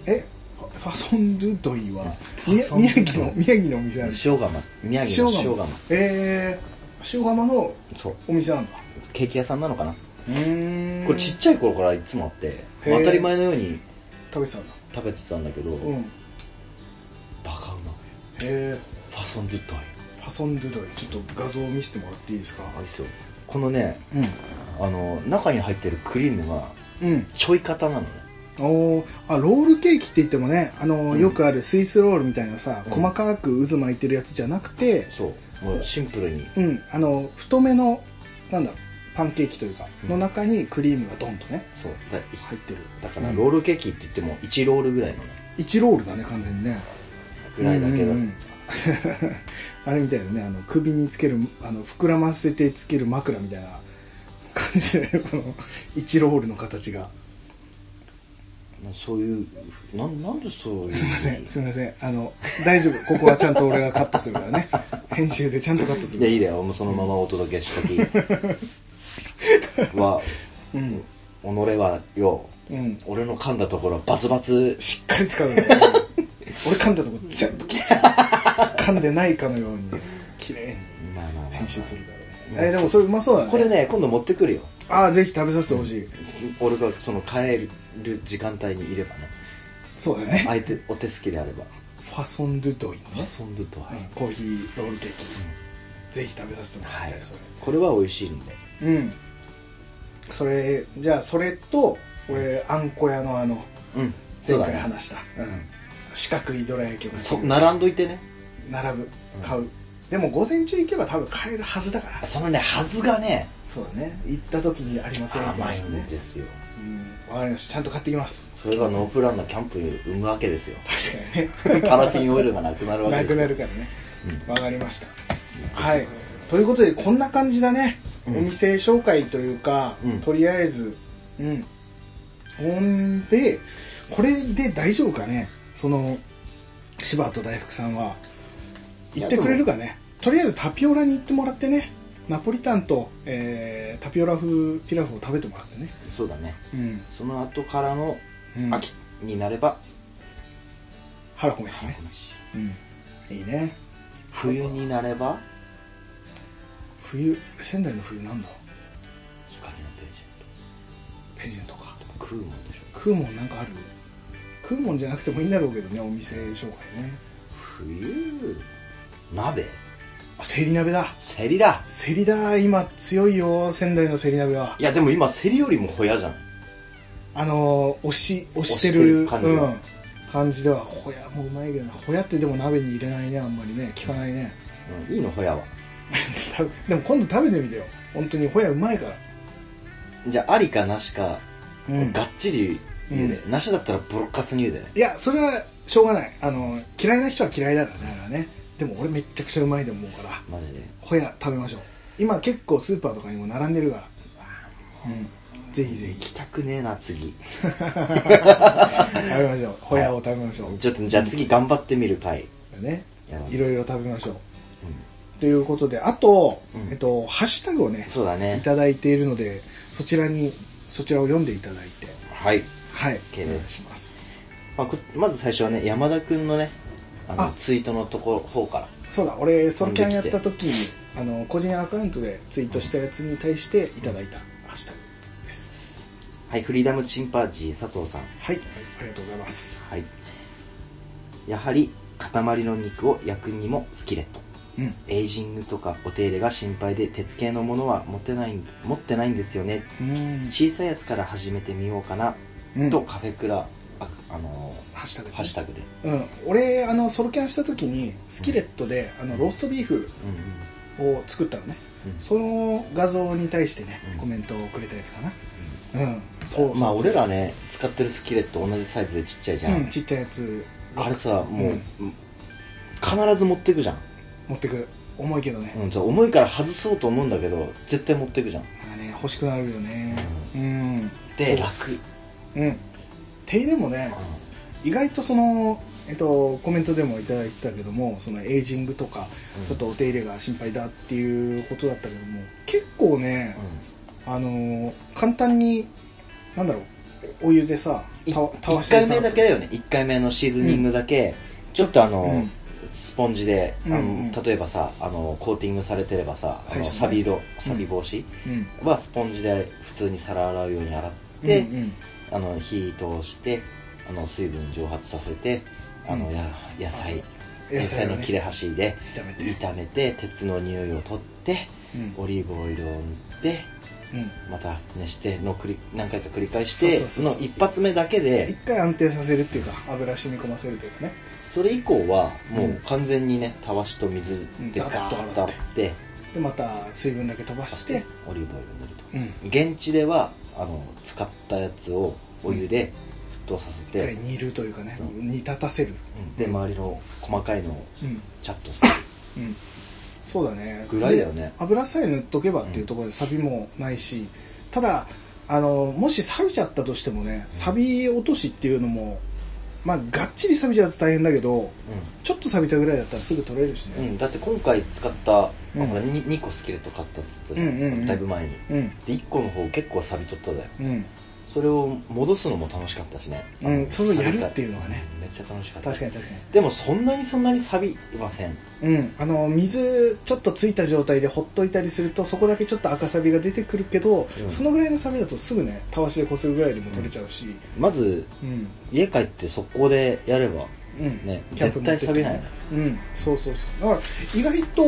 ーえファファソン・ドゥ・ドイは
うん
宮
ファソンド
宮
ゥドイ
城の宮城のお店なんです
塩釜宮城の塩釜
えー、塩釜の
そう
お店なんだ
ケーキ屋さんなのかな
うーん
これちっちゃい頃からいつもあって
へー
当たり前のように
食べてたんだ
食べてたんだけど
うんへ
バカうま
え
ファソンドゥドイ
ファソン・ドゥ・ドイちょっと画像を見せてもらっていいですか
あいいっすよこのね
う
あの中に入ってるクリームが
んうん
ちょい型なのね
おーあロールケーキって言ってもね、あのー
うん
よくあるスイスロールみたいなさ、
うん
細かく渦巻いてるやつじゃなくて、
そうもうシンプルに
うん、あのー太めのなんだろうパンケーキというか、
うん
の中にクリームがドンとね
そう
入
だ
ってる
だから
うん
ロールケーキって言っても1ロールぐらいのね
1ロールだね完全にね
ぐらいだけど
うんうんうん あれみたいだねあの首につけるあの膨らませてつける枕みたいな感じだ よこの1ロールの形が
そういうなんなんでそういう
すいませんすいませんあの大丈夫ここはちゃんと俺がカットするからね編集でちゃんとカットする
いやいいだよもうそのままお届 けしたきは
うん
己はよ
うん
俺の噛んだところバツバツ
しっかり使うね俺噛んだとこ全部切っちゃう噛んでないかのようにね綺麗に
まあまあまあまあ
編集するからねえでもそれうまそうだね
これね今度持ってくるよ
ああぜひ食べさせてほしい
俺がその帰る時間帯にいればね
そうだね
相手お手すきであれば
ファソン・ドゥ・ドイのね
遊んでとは
うんコーヒーロールケーキ、ぜひ食べさせてもら
はいい
たいそ
これは美味しいんで
れうんそれじゃあそれと俺あんこ屋のあの
うん
前
そうだ
回
ね
話した、うん、四角いどら焼きを買って
そ
くる
並んどいてね
並ぶ買う、でも午前中行けば多分買えるはずだから
そのねはずがね
そうだね行った時にありませんみ
甘
た
い
いなんね
ですよ
うんわかりましたちゃんと買ってきます
それがノープランのキャンプに生むわけですよ
確か
パラフィンオイルがなくなる
に
わ
ね
け
な
です
くな
よ
るからねわかりましたはいということでこんな感じだね、
うん
お店紹介というか、
うん
とりあえずうんほんでこれで大丈夫かねその柴田大福さんは行ってくれるかねとりあえずタピオラに行ってもらってねナポリタンと、えータピオラ風ピラフを食べてもらってね
うんそうだね
うん、
その後からの
うん、
秋になれば
腹米ですね、うん、いいね
冬になれば
冬仙台の冬なんだ
光のペ
ペ
ージ
ージェントか
でも食うもんでしょ
食うもんなんかある食うもんじゃなくてもいいんだろうけどねお店紹介ね
冬鍋
あセリ鍋だ
セリだ
セリだ今強いよ仙台のセリ鍋はい
やでも今セリよりもホヤじゃん
あのー押し押して
押して
る
る感じ
う
は
ん、感じではホヤもうまいけどなホヤってでも鍋に入れないねあんまりね効かないね
うんいいのホヤは
食べでも今度食べてみてよ本当にホヤうまいから
じゃあありかなしか
うん
がっちり茹で、なしだったらボロッカスに茹で
いやそれはしょうがないあの嫌いな人は嫌いだからねあれはねでも俺めっちゃくちゃうまいと思うから
マジで
ホヤ食べましょう今結構スーパーとかにも並んでるからうんぜひぜ
行
ひ
きたくねえな次
食べましょうホヤを食べましょう、
ちょっとじゃあ次頑張ってみる回
ね
やろう
いろいろ食べましょうということであと、
うん
えっと、ハッシュタグをね
そうだ
い
ね
ただいているのでそちらにそちらを読んでいただいて
はい、
はい
です
お願いします
まあ、こまず最初はね山田君のねあの
あ
ツイートのとこ方から
そうだ俺ソロキャンやった時にあの個人アカウントでツイートしたやつに対していただいたハッシュタグです
はいフリーダムチンパンジー佐藤さん
はいありがとうございます
はいやはり塊の肉を焼くにもスキレット
うん
エイジングとかお手入れが心配で鉄系のものは持ってない持ってないんですよね
うん
小さいやつから始めてみようかな、
うん
とカフェクラああの
ハッシュタグで
ハッシュタグで、
うん、俺あのソロキャンした時にスキレットで、あのローストビーフ
うん
を作ったのね
うんうん
その画像に対してね
うん
コメントをくれたやつかなうんそうそう
まあ俺らね使ってるスキレット同じサイズでちっちゃいじゃん、
うん、ちっちゃいやつ
あれさもう、
うん
必ず持ってくじゃん、
持ってく重いけどね、
うん、そう重いから外そうと思うんだけど絶対持ってくじゃん
なんかね欲しくなるよねうん
で楽、
うん手入れもね意外とそのえっと、コメントでもいただいてたけどもそのエイジングとか、
うん
ちょっとお手入れが心配だっていうことだったけども結構ね、あのー簡単になんだろうお湯でさ
うん、
たわたわして
1回
さ
目だけだよね1回目のシーズニングだけ、ちょっとあの、
うん
スポンジで、あ
う
の
んうん
例えばさあのコーティングされてればさあ
最
の
初ね
サビ色サビ防止
うん
はスポンジで普通に皿洗うように洗って、
うんうん
あの火通してあの水分蒸発させてあの、
うん
や野菜
野菜
野菜
をね
の切れ端で
炒めて
炒めて鉄の匂いを取って
うん
オリーブオイルを塗って
うん
また熱しての繰り何回か繰り返し
そ
て
うそうそうそう
の一発目だけ
一
で
回安定させるっていうか油染み込ませるというかね
それ以降はも
うん
う完全にねたわしと水
うん
で
ざっと
ガーッと
洗
洗
っ
って
でまた水分だけ飛ばして
オリーブオイルを塗ると
うん
現地ではあの使ったやつをお湯で沸騰させ
一
て
回、煮るというかね
そう
煮立たせる
うんで周りの細かいのを
うん
チャッとする
うんそうだね
ぐらいだよね
で油さえ塗っとけばっていうところで錆もないし、ただあのもし錆びちゃったとしてもね錆落としっていうのもまあがっちり錆びちゃうと大変だけどちょっと錆びたぐらいだったらすぐ取れるし
うん、
ね
だって今回使った、
うん
ほら 2, 個スキレット買ったっつったじゃん,、
うんうんうん
だいぶ前に
うん
で1個の方結構錆びとっただよ
うん
それを戻すのも楽しかったしね
うん
あ
そのや
錆
る
びた
っていうのがね
んめっちゃ楽しかった
確かに確か
でもそんなにそんなに錆びません
にうんあの水ちょっとついた状態でほっといたりするとそこだけちょっと赤錆が出てくるけど、
うん
そのぐらいの錆だとすぐねたわしでこするぐらいでも取れちゃうし
まず
うん
家帰って速攻でやれば
うん
ね
キャンプ
絶対錆びないね
うんそうそうそうだから意外と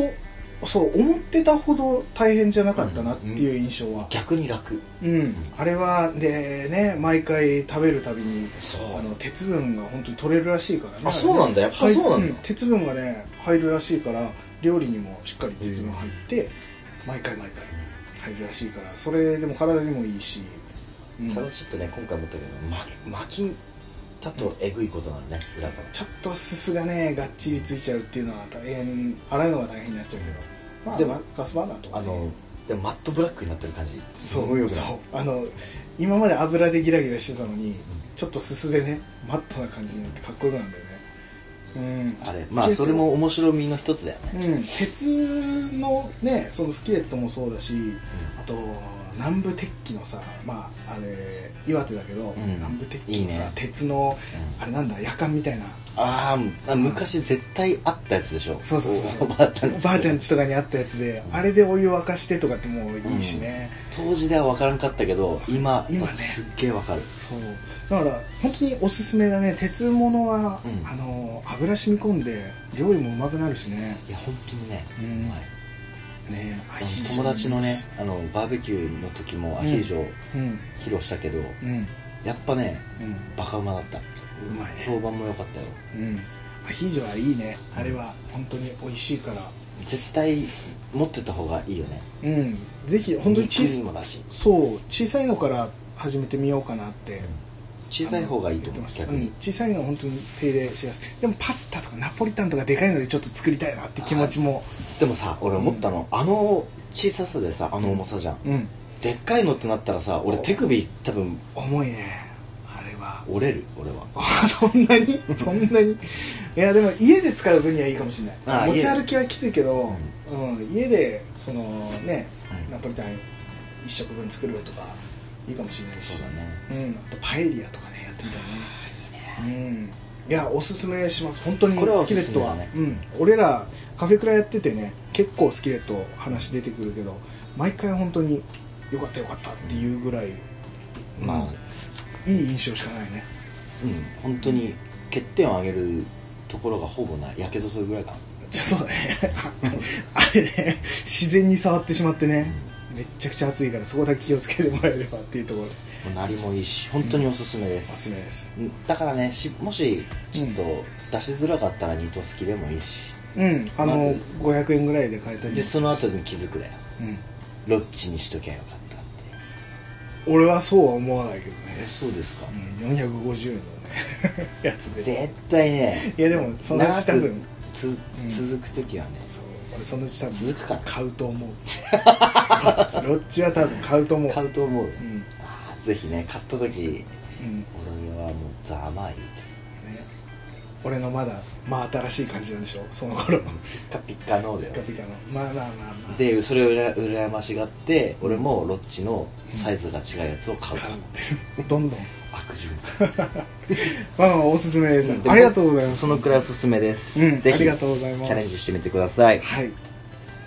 そう思ってたほど大変じゃなかったなっていう印象は
逆に楽
うん、あれはでね毎回食べるたびに
そう
あの鉄分が本当に取れるらしいからね
あそうなんだやっぱ
はい
そうなんだ
ん鉄分がね入るらしいから料理にもしっかり鉄分入って毎回毎回入るらしいからそれでも体にもいいし、うん
ただちょっとね今回思ったけどま巻きだとえぐいことなのね裏から
ちょっとすすがねがっちりついちゃうっていうのは大変洗うのが大変になっちゃうけどまあ
でも
ガスバーナーとか、
あ
ね、
のでもマットブラックになってる感じ
そ
すごいうよくない
そうあの今まで油でギラギラしてたのにちょっとすすでねマットな感じになってかっこよくなるんだよねうん
あれまあそれも面白みの一つだよ
う
ね、
ん鉄のねそのスキレットもそうだしあと南部鉄器のさまああれ岩手だけど、
ん
南部鉄器のさ
いいね
鉄のあれなんだ夜間みたいな
あーあ昔絶対あったやつでしょ
そうそうそうそう
おおばあちゃん
お
ち
ばあちゃんちとかにあったやつで、あれでお湯沸かしてとかってもういいしね、
当時では分からんかったけど今
今ね
すっげえ分かる
そうだから本当におすすめだね鉄物は、
うん
あの油染み込んで料理もうまくなるしね
いや本当にね、
うん
うまい
ね
あ
ア
の
ヒージョ
友達のねあのバーベキューの時もアヒージョを
うん
披露したけど、
うんうん
やっぱね
うん
バカうまだった
うまいね
評判も良かったよ
うんアヒージョはいいねあれは本当に美味しいから
絶対持ってた方がいいよね
うんぜひ本当に小
チーズ
さ
もだし
そう小さいのから始めてみようかなって
小さい方がいいと思
言
う
ってました
逆に、
うん小さいのは本当に手入れしやすいでもパスタとかナポリタンとかでかいのでちょっと作りたいなって気持ちも
でもさ俺思ったの、あの小ささでさあの重さじゃん、
うん
でっかいのってなったらさ俺手首多分
重いねあれは
折れる俺は
あそんなにそんなにいやでも家で使う分にはいいかもしれ
あ
な
あ
い持ち歩きはきついけど
う
うん、家でそのね
うん
ナポリタン1食分作るとかいいかもしれないし
そうだね
うん、あとパエリアとかねやってみたいねうんいやおすすめします本当に
これは
スキレットは
おすす
うん俺らカフェクラやっててね結構スキレット話出てくるけど毎回本当によかったよかったっていうぐらい、うん
まあ
いい印象しかないね
うん本当に欠点を上げるところがほぼないやけど するぐらいかな
じゃそうだねあれね自然に触ってしまってねめっちゃくちゃ暑いからそこだけ気をつけてもらえればっていうところで
もうなりもいいし本当におすすめで
お
す、
すすめです
だからねしもしちょっと出しづらかったら二頭好きでもいいし
うんあの、
まず
500円ぐらいで買えたり
でその後に気づくだよ
うん
ロッチにしときゃよかったって
俺はそうは思わないけど
え
ね、
そうですか、
うん、450円のねやつで
絶対ね
いやでもそのうち多
長
分
くつ、
ん
続く時はね
そう俺そのうち多
続
分
くかな
買うと思う ロッチロッチは多分買うと思う
買うと思う、
うん、うん
あーぜひね買った時
ね、
俺はもうざまい
俺のまだ真新しい感じなんでしょその頃の
ピッカピッカのだ
ピ
よ
カピカのまあまあまあまあ
でそれをうら羨ましがって俺もロッチのサイズが違うやつを買うと、
買うってどん どん
悪循環
まあまあおすすめです、
でも
ありがとうございます
そのくらいおすすめです、
うん
ぜひ
ありがとうございます
チャレンジしてみてください
はい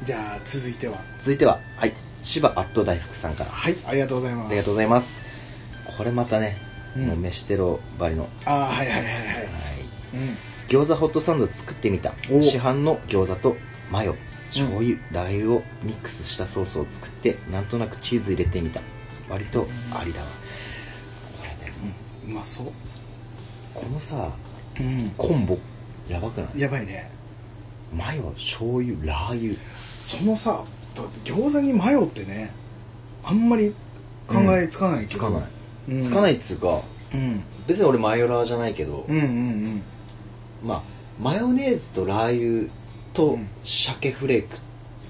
じゃあ続いては
続いてははい芝アット大福さんからあ
はいありがとうございます
りがとうございますこれまたね、
うん
もう飯テロばりの、は
ああはいはいはいはい
い、
うん
餃子ホットサンド作ってみた
お
市販の餃子とマヨ醤油、ラー油をミックスしたソースを作ってなんとなくチーズ入れてみた割とありだわこれね
うまそう
このさ
うん
コンボやばくない
やばいね
マヨ醤油ラー油
そのさだって餃子にマヨってねあんまり考えつかないけ
つ
ど、
かない、
うん
つかないっつうか
うん
別に俺マヨラーじゃないけど、
うんうん
まあマヨネーズとラー油
う
と
ん
鮭フレーク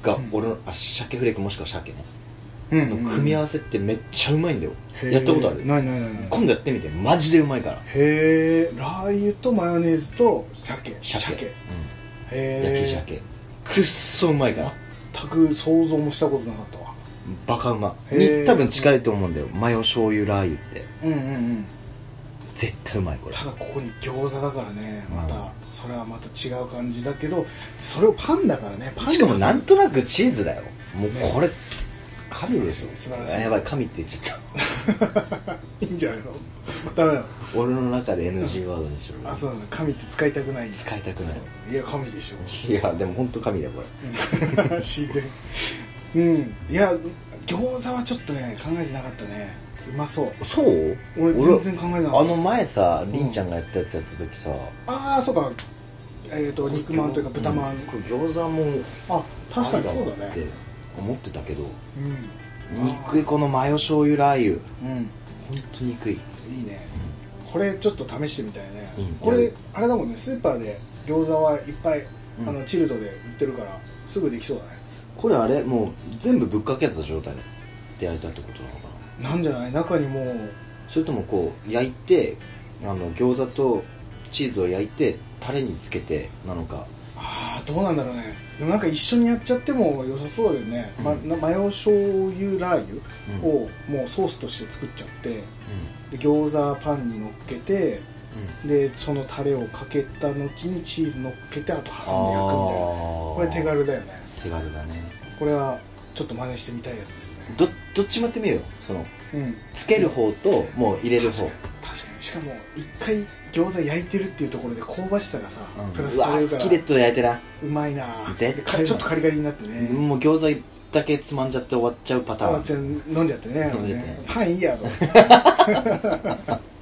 が
うん
俺の、あ鮭フレークもしくは鮭ね
うんうん
の
うん
組み合わせってめっちゃうまいんだよ、やったことあ
へ
る
ーないないないない
今度やってみてマジでうまいから
へえラー油とマヨネーズと鮭
鮭、うん、
へ
焼き
え
鮭くっそうまいから
全く想像もしたことなかったわ
バカうま
へー
に多分近いと思うんだよマヨ醤油ラー油って
うんうんうん
絶対うまいこれ
ただここに餃子だからねま
うん
たそれはまた違う感じだけどそれをパンだからねパンが
しかもなんとなくチーズだよもう
ね
これ神ですよ
素晴らしい
あやばい神って言っちゃっ
いいんじゃないのダメだ
た俺の中で NG ワードにしろ
あそうなんだ神って使いたくないんだ
使いたくない
そういや神でしょ
いやでも本当神だよこれ
うん 自然うんいや餃子はちょっとね考えてなかったねうまそう
そう
俺全然考えなか
あ
った
の前さりんちゃんがやったやつやった時さ
ああそうかえっ、と肉まんというか豚まん、
うんこれ餃子も
あ確かにそう
あ
だ
り
ね
って思ってたけど
うん
憎いこのマヨ醤油ラー油
う
本当に憎い
んいいねこれちょっと試してみたいね、
うん
こ
や
れ
る
あれだもんねスーパーで餃子はいっぱい、
うん
あのチルドで売ってるからすぐできそうだね
これあれもう全部ぶっかけた状態で焼いたってことなのかな
なんじゃない中にもう
それともこう焼いてあの餃子とチーズを焼いてタレにつけてなのか
ああどうなんだろうねでもなんか一緒にやっちゃっても良さそうだよね、
うん
まなマヨ醤油ラー油
うん
をもうソースとして作っちゃってで餃子パンに乗っけてでそのタレをかけた後にチーズ乗っけてあと挟んで焼くみたいなこれ手
あー
軽だよね
手軽だね
これはちょっと真似してみたいやつですね
どどっちもやってみようよその
うん
つける方ともう入れる方
確かに確かにしかも一回餃子焼いてるっていうところで香ばしさがさ、
うん
プラス
う
さ
わ
れるか
スキレッ
ら
トで焼いてな、
うまいな
絶対うま
か
い
ちょっとカリカリになってね、
もう餃子だけつまんじゃって終わっちゃうパタ
あ
ー
わ
ン
ちゃん飲んじゃってねあの
飲んじゃって
ねパンいいやと 思って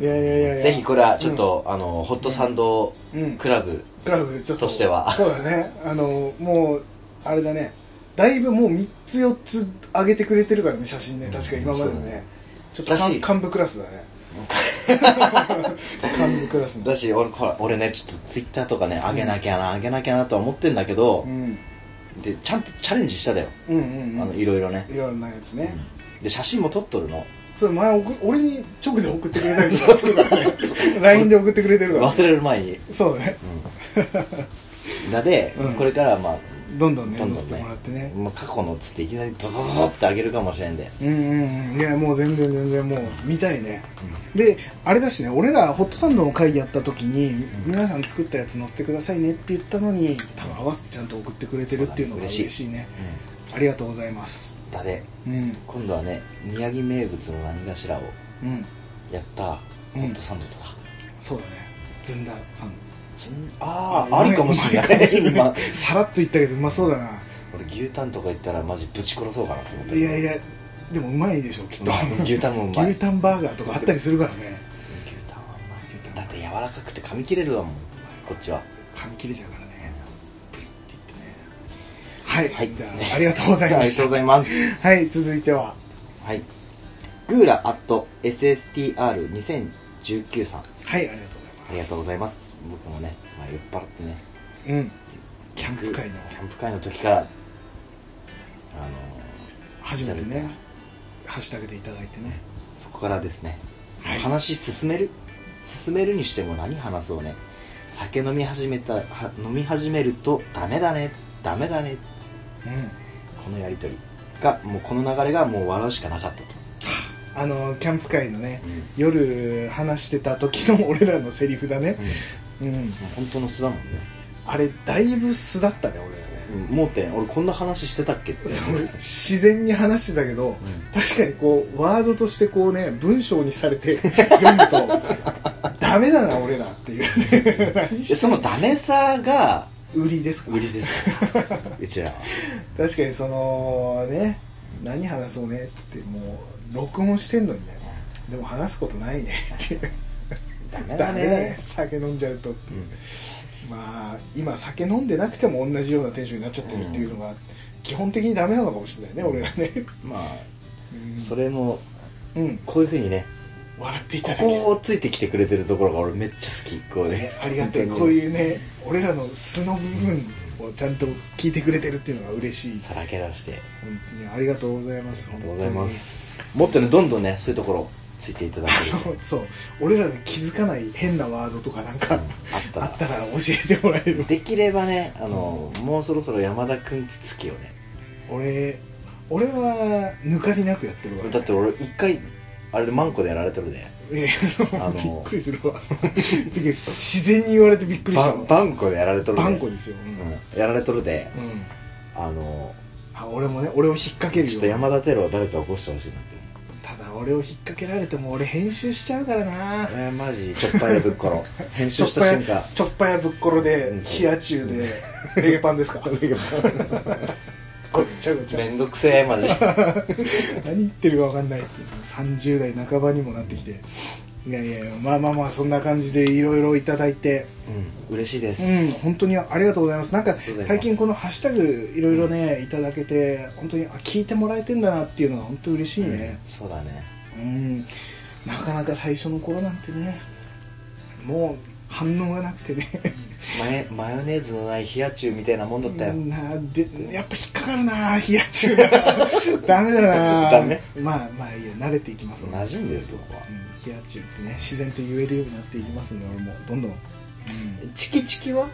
いやいやいやいや
ぜひこれはちょっと、あのホットサンド
うん
クラブ、
クラブちょっと
としては
そうだねあのもうあれだねだいぶもう3つ4つ上げてくれてるからね写真ね確か今まで
そ
ね
うだね
ちょっとかん
だし
幹部クラス だね幹部クラスの
だし俺ほら俺ねちょっとツイッターとかね上げなきゃな、上げなきゃなとは思ってんだけど、
うん
でちゃんとチャレンジしただよ、
うんうん
あ
う
の
ん
いろいろね
い、ろいろなやつね、
で写真も撮っとるの
それ前送俺に直で送ってくれたりとかしてる からね LINE で送ってくれてるから、
忘れる前に、
そうだね
うん、だで、
うん
これからはまあ
どんどんね
どん
載
どん
せてもらってね
ねもう過去のっつっていきなりドドドドって上げるかもしれんで、
うんうんうんいやもう全然全然もう見たいね、であれだしね俺らホットサンドの会やった時に、
うん
皆さん作ったやつ載せてくださいねって言ったのに多分合わせてちゃんと送ってくれてるっていうのが
そうだね
嬉しいねありがとうございます
だで
うん
今度はね宮城名物の何かしらを
うん
やったホットサンドとか、
そうだねずんださん
そんあああるかもしれ
あ
ない
うまいかもしれない
今
さらっと言ったけどうまそうだな
俺牛タンとか言ったらマジぶち殺そうかなと思って
いやいやでもうまいでしょきっと
うまい 牛タンもうまい
牛タンバーガーとかあったりするからね
牛タンはうまいだって柔らかくて噛み切れるわもんこっちは
噛み切れちゃうからねプリッていってねはい、
はい
じゃあありがとうございまし
ありがとうございます
たはい続いては
はいグーラアット SSTR2019 さん
はいありがとうございます
ありがとうございます僕もね、まあ、酔っ払ってね
うんキャンプ会の
キャンプ会の時からあの
初めてねハッシュタグでいただいてね
そこからですね、
はい
話進める進めるにしても何話そうね酒飲み始めたは飲み始めるとダメだねダメだね
うん
このやり取りがもうこの流れがもう笑うしかなかったと、
あのキャンプ会のね、
うん
夜話してた時の俺らのセリフだね
うん、も
うん
う本当の素だもんね、
あれだいぶ素だったね俺らね、
うん、盲点俺こんな話してたっけって
そう自然に話してたけど、確かにこうワードとしてこうね文章にされて読むとダメだな俺らっていうね 何
い
し
やそのダメさが
売りですか
売りですうちらは
確かにそのね何話そうねってもう録音してんのにねでも話すことないねっていう
ダメ
ダ
だ
メだね
ね
酒飲んじゃうとって
う
いうんまあ今酒飲んでなくても同じようなテンションになっちゃってるっていうのが基本的にダメなのかもしれないね俺らね、
まあ
うん
それも
うん
こういうふうにね
笑っていた
こ
だけ
こをついてきてくれてるところが俺めっちゃ好きこうね
ありがたいこういうね俺らの素の部分をちゃんと聞いてくれてるっていうのが嬉しい
さらけ出して
本当にありがとうございます
ありがとうございますもっとねどんどんねそういうところついていただけ
本
る
当にそうそう俺らが気づかない変なワードとかなんか、
あった
あ
ら
ったら教えてもらえる
できればねあの、もうそろそろ山田くんつつきをね
俺俺は抜かりなくやってるわ
だって俺一回あれでマンコでやられてるで
ええ
あの
びっくりするわ自然に言われてびっくりした
バ
わ
ンバンコでやられとるで
バンコですよ、うん
うん、やられとるで
うん
あの
あ俺もね俺を引っ掛ける
ちょ
よ
っと山田テロを誰か起こしてほしいな って
ただ俺を引っ掛けられても俺編集しちゃうからな
えー、マジちょっぱいでぶっころ編
ちょ
集
っ
した
ぱや
瞬間
ちょっぱやぶっころで
うん
冷や中でレゲパンです かごっちゃごちゃ
めんどくせえマジ
何言ってるか分かんないっていう30代半ばにもなってきていやいやまあまあまあそんな感じでいろいろいただいて
うん嬉しいです、
うん本当にありがとうございますなんか
とうございます
最近このハッシュタグいろいろねいただけて本当にあ聞いてもらえてんだなっていうのが本当嬉しいね
うんそうだね
うんなかなか最初の頃なんてねもう反応がなくてね
マヨマヨネーズのない冷や中みたいなもんだったよ、
なでやっぱ引っかかるな冷や中 がダメだな
ダメ
まあまあいいや慣れていきます
馴染んでるそこは
うん冷や中ってね自然と言えるようになっていきますんで俺もどんどん、うん
チキチキは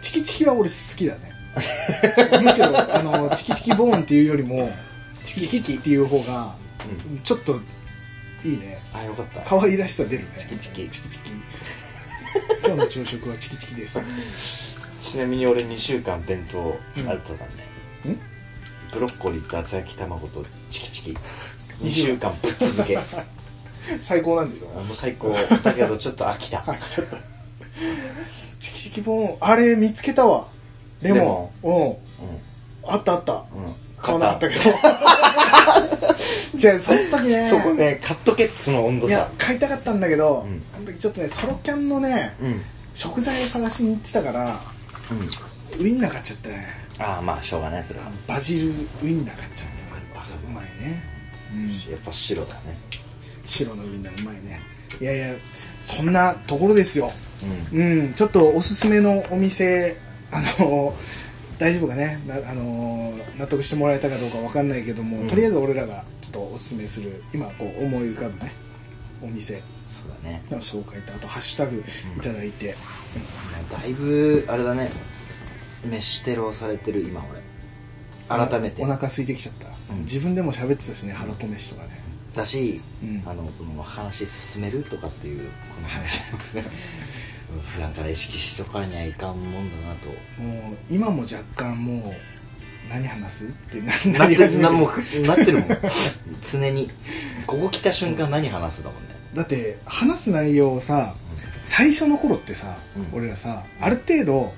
チキチキは俺好きだ ねむしろあのチキチキボーンっていうよりもチキチキっていう方が
うん
ちょっといいね
あよかった
可愛らしさ出るね
チキチキ
チキチキ今日の朝食はチキチキです
ちなみに俺2週間弁当あれだったんね、
うん
ブロッコリーと厚焼き卵とチキチキ2週間ぶっ続 けも
最高なんでしょ
う最高だけどちょっと飽きた
チキチキボーンあれ見つけたわレモンうんあったあった
うんうん
買わなかったけど じゃあその時ね
そこね買っとけっつの温度
いや
差
買いたかったんだけど、
うん
あの時ちょっとねソロキャンのね
うんうん
食材を探しに行ってたからウインナー買っちゃったね
ああまあしょうがないそれは
バジルウインナー買っちゃったね
バカ
うまいね、うん、
やっぱ白だね
白のウインナーうまいねいやいやそんなところですよ
うん
うん、ちょっとおすすめのお店、あの大丈夫かねなあの、納得してもらえたかどうかわかんないけども、
うん
とりあえず俺らがちょっとおすすめする、今こう思い浮かぶね、お店
そうだね
の紹介と、あとハッシュタグいただいて、
だいぶあれだね飯テロされてる今俺改めて
お腹空いてきちゃった、
うん
自分でも喋ってたしね、腹と飯とかね。
だし、
うん
あのこの話進めるとかっていうこの話 もね普段から意識しとかにはいかんもんだな と
もう今も若干もう何話すってな
なっ
り
て
始
る
め
な
て
もうなってるもん常にここ来た瞬間何話すだもんね
だって話す内容をさ最初の頃ってさ、
うん
俺らさある程度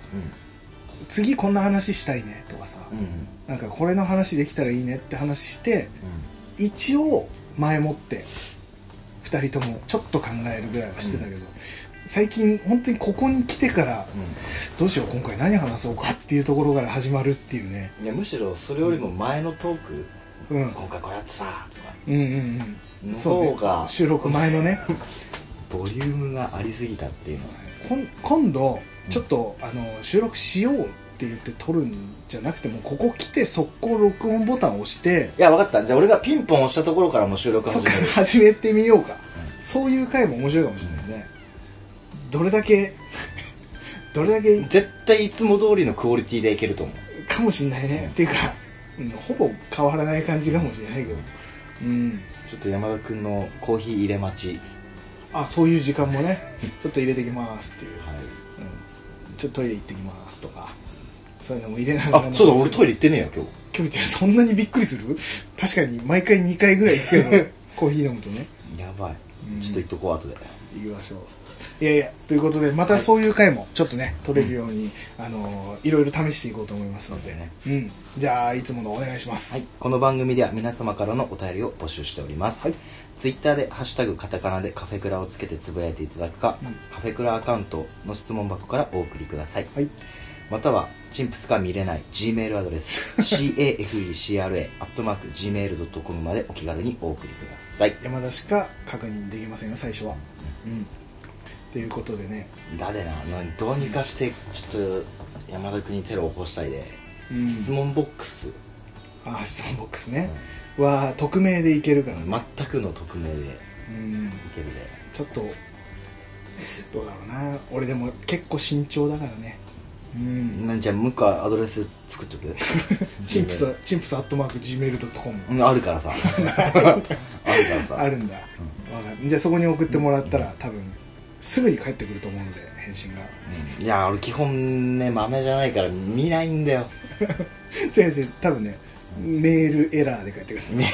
次こんな話したいねとかさ、
うんうん
なんかこれの話できたらいいねって話して一応前もって2人ともちょっと考えるぐらいはしてたけど、最近本当にここに来てからどうしよう今回何話そうかっていうところから始まるっていうね、
うんいやむしろそれよりも前のトーク、
うん、うん
今回これやってさとか
うんうん
の
そう
方
ね
が
収録前の ね
ボリュームがありすぎたっていうのは
こん今度ちょっとあの収録しようって言って撮るんじゃなくてもうここ来て速攻録音ボタンを押して
いや分かったじゃあ俺がピンポン押したところからもう収録始め
そっ
る
か始めてみようか、そういう回も面白いかもしれないね、どれだけ どれだけ
絶対いつも通りのクオリティでいけると思う
かもしれないね、
うん
っていうか、うんほぼ変わらない感じかもしれないけどうん
ちょっと山田君のコーヒー入れ待ち
あそういう時間もねちょっと入れてきますっていう、
はい
うん、ちょっとトイレ行ってきますとかそういうのも入れながら
あそうだ俺トイ
レ
レ行ってねえよ今日
今日ってそんなにびっくりする確かに毎回2回ぐらい行く けどコーヒー飲むとね
やばい
うん
ちょっと行っとこう後で
行きましょういやいやということでまたそういう回もちょっとね取れるように、あのーいろいろ試していこうと思いますので、
そうだね
うん、じゃあいつものお願いします、
はい、この番組では皆様からのお便りを募集しております、
はい
ツイッターで「ハッシュタグカタカナ」でカフェクラをつけてつぶやいていただくか、
うん
カフェクラアカウントの質問箱からお送りください、
はい
またはチンプスが見れない G メールアドレス cafecra.gmail.com までお気軽にお送りください
山田しか確認できませんが最初はうんということでね
だでななどうにかしてちょっと山田君にテロを起こしたいで、
うん
質問ボックス、
あ質問ボックスね、は匿名でいけるからね、
全くの匿名で
う
い
ん、
けるで
ちょっとどうだろうな俺でも結構慎重だからねうん
なんじゃあ向かアドレス作っとく
チンプスチンプスアットマーク Gmail.com
うんあるからさあるから さ
あるんだ、わかるじゃあそこに送ってもらったら多分すぐに帰ってくると思うので返信 が
うんいや俺基本ね豆じゃないから見ないんだよ
違う違う多分ねメールエラーで帰ってくる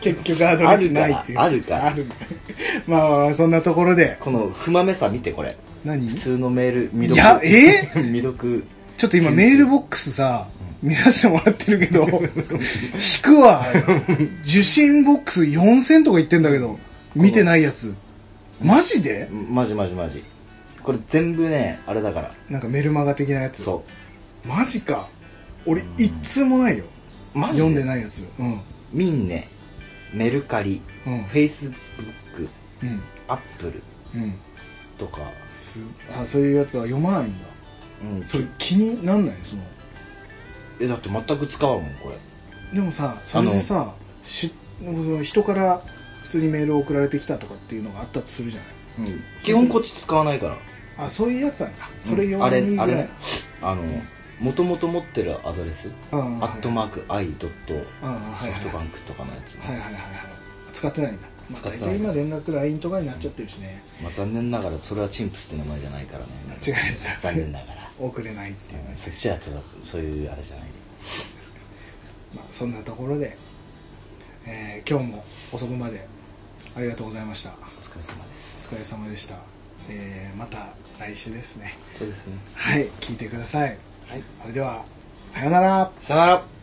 結局アドレスないっていう
あるから
あるまあまあまあそんなところで
この不豆さ見てこれ
何
普
ち
通のメール未読
いやえ
未読
ょっと今メールボックスさ見させてもらってるけど 引くわ受信ボックス4000とか言ってんだけど見てないやつマジで
マジマジマジこれ全部ねあれだから
なんかメルマガ的なやつ
そ
マジか俺一通もないよ
うマジ
読んでないやつうん
ミンネメルカリ、
うん
フェイスブック
うん
アップル
うん
とか、
すあそういうやつは読まないんだ
うん、
それ気になんないその
えだって全く使わんもんこれ
でもさそれでさしその人から普通にメールを送られてきたとかっていうのがあったとするじゃない
基本こっち使わないから
あそういうやつなんだそれ用
あ
に
れ
ぐら
あ
い
れねあのもともと持ってるアドレス
うんうん
アットマーク i ドット
うんうんはい
ソ
はい
フト
は
バンクとかのやつ、
いはいはいはい使ってないんだまあ
使っ
大
てない
体今連絡 LINE とかになっちゃってるしね
まあ、残念ながらそれはチンプスって名前じゃないからね
違います
残念ながら
送れないっていう
そっちはちょっとそういうあれじゃない
まあそんなところで、えー今日も遅くまでありがとうございました
お疲れ様です
お疲れ様でした、えーまた来週ですね
そうですね
はい聞いてください
はい
それではさようなら
さよなら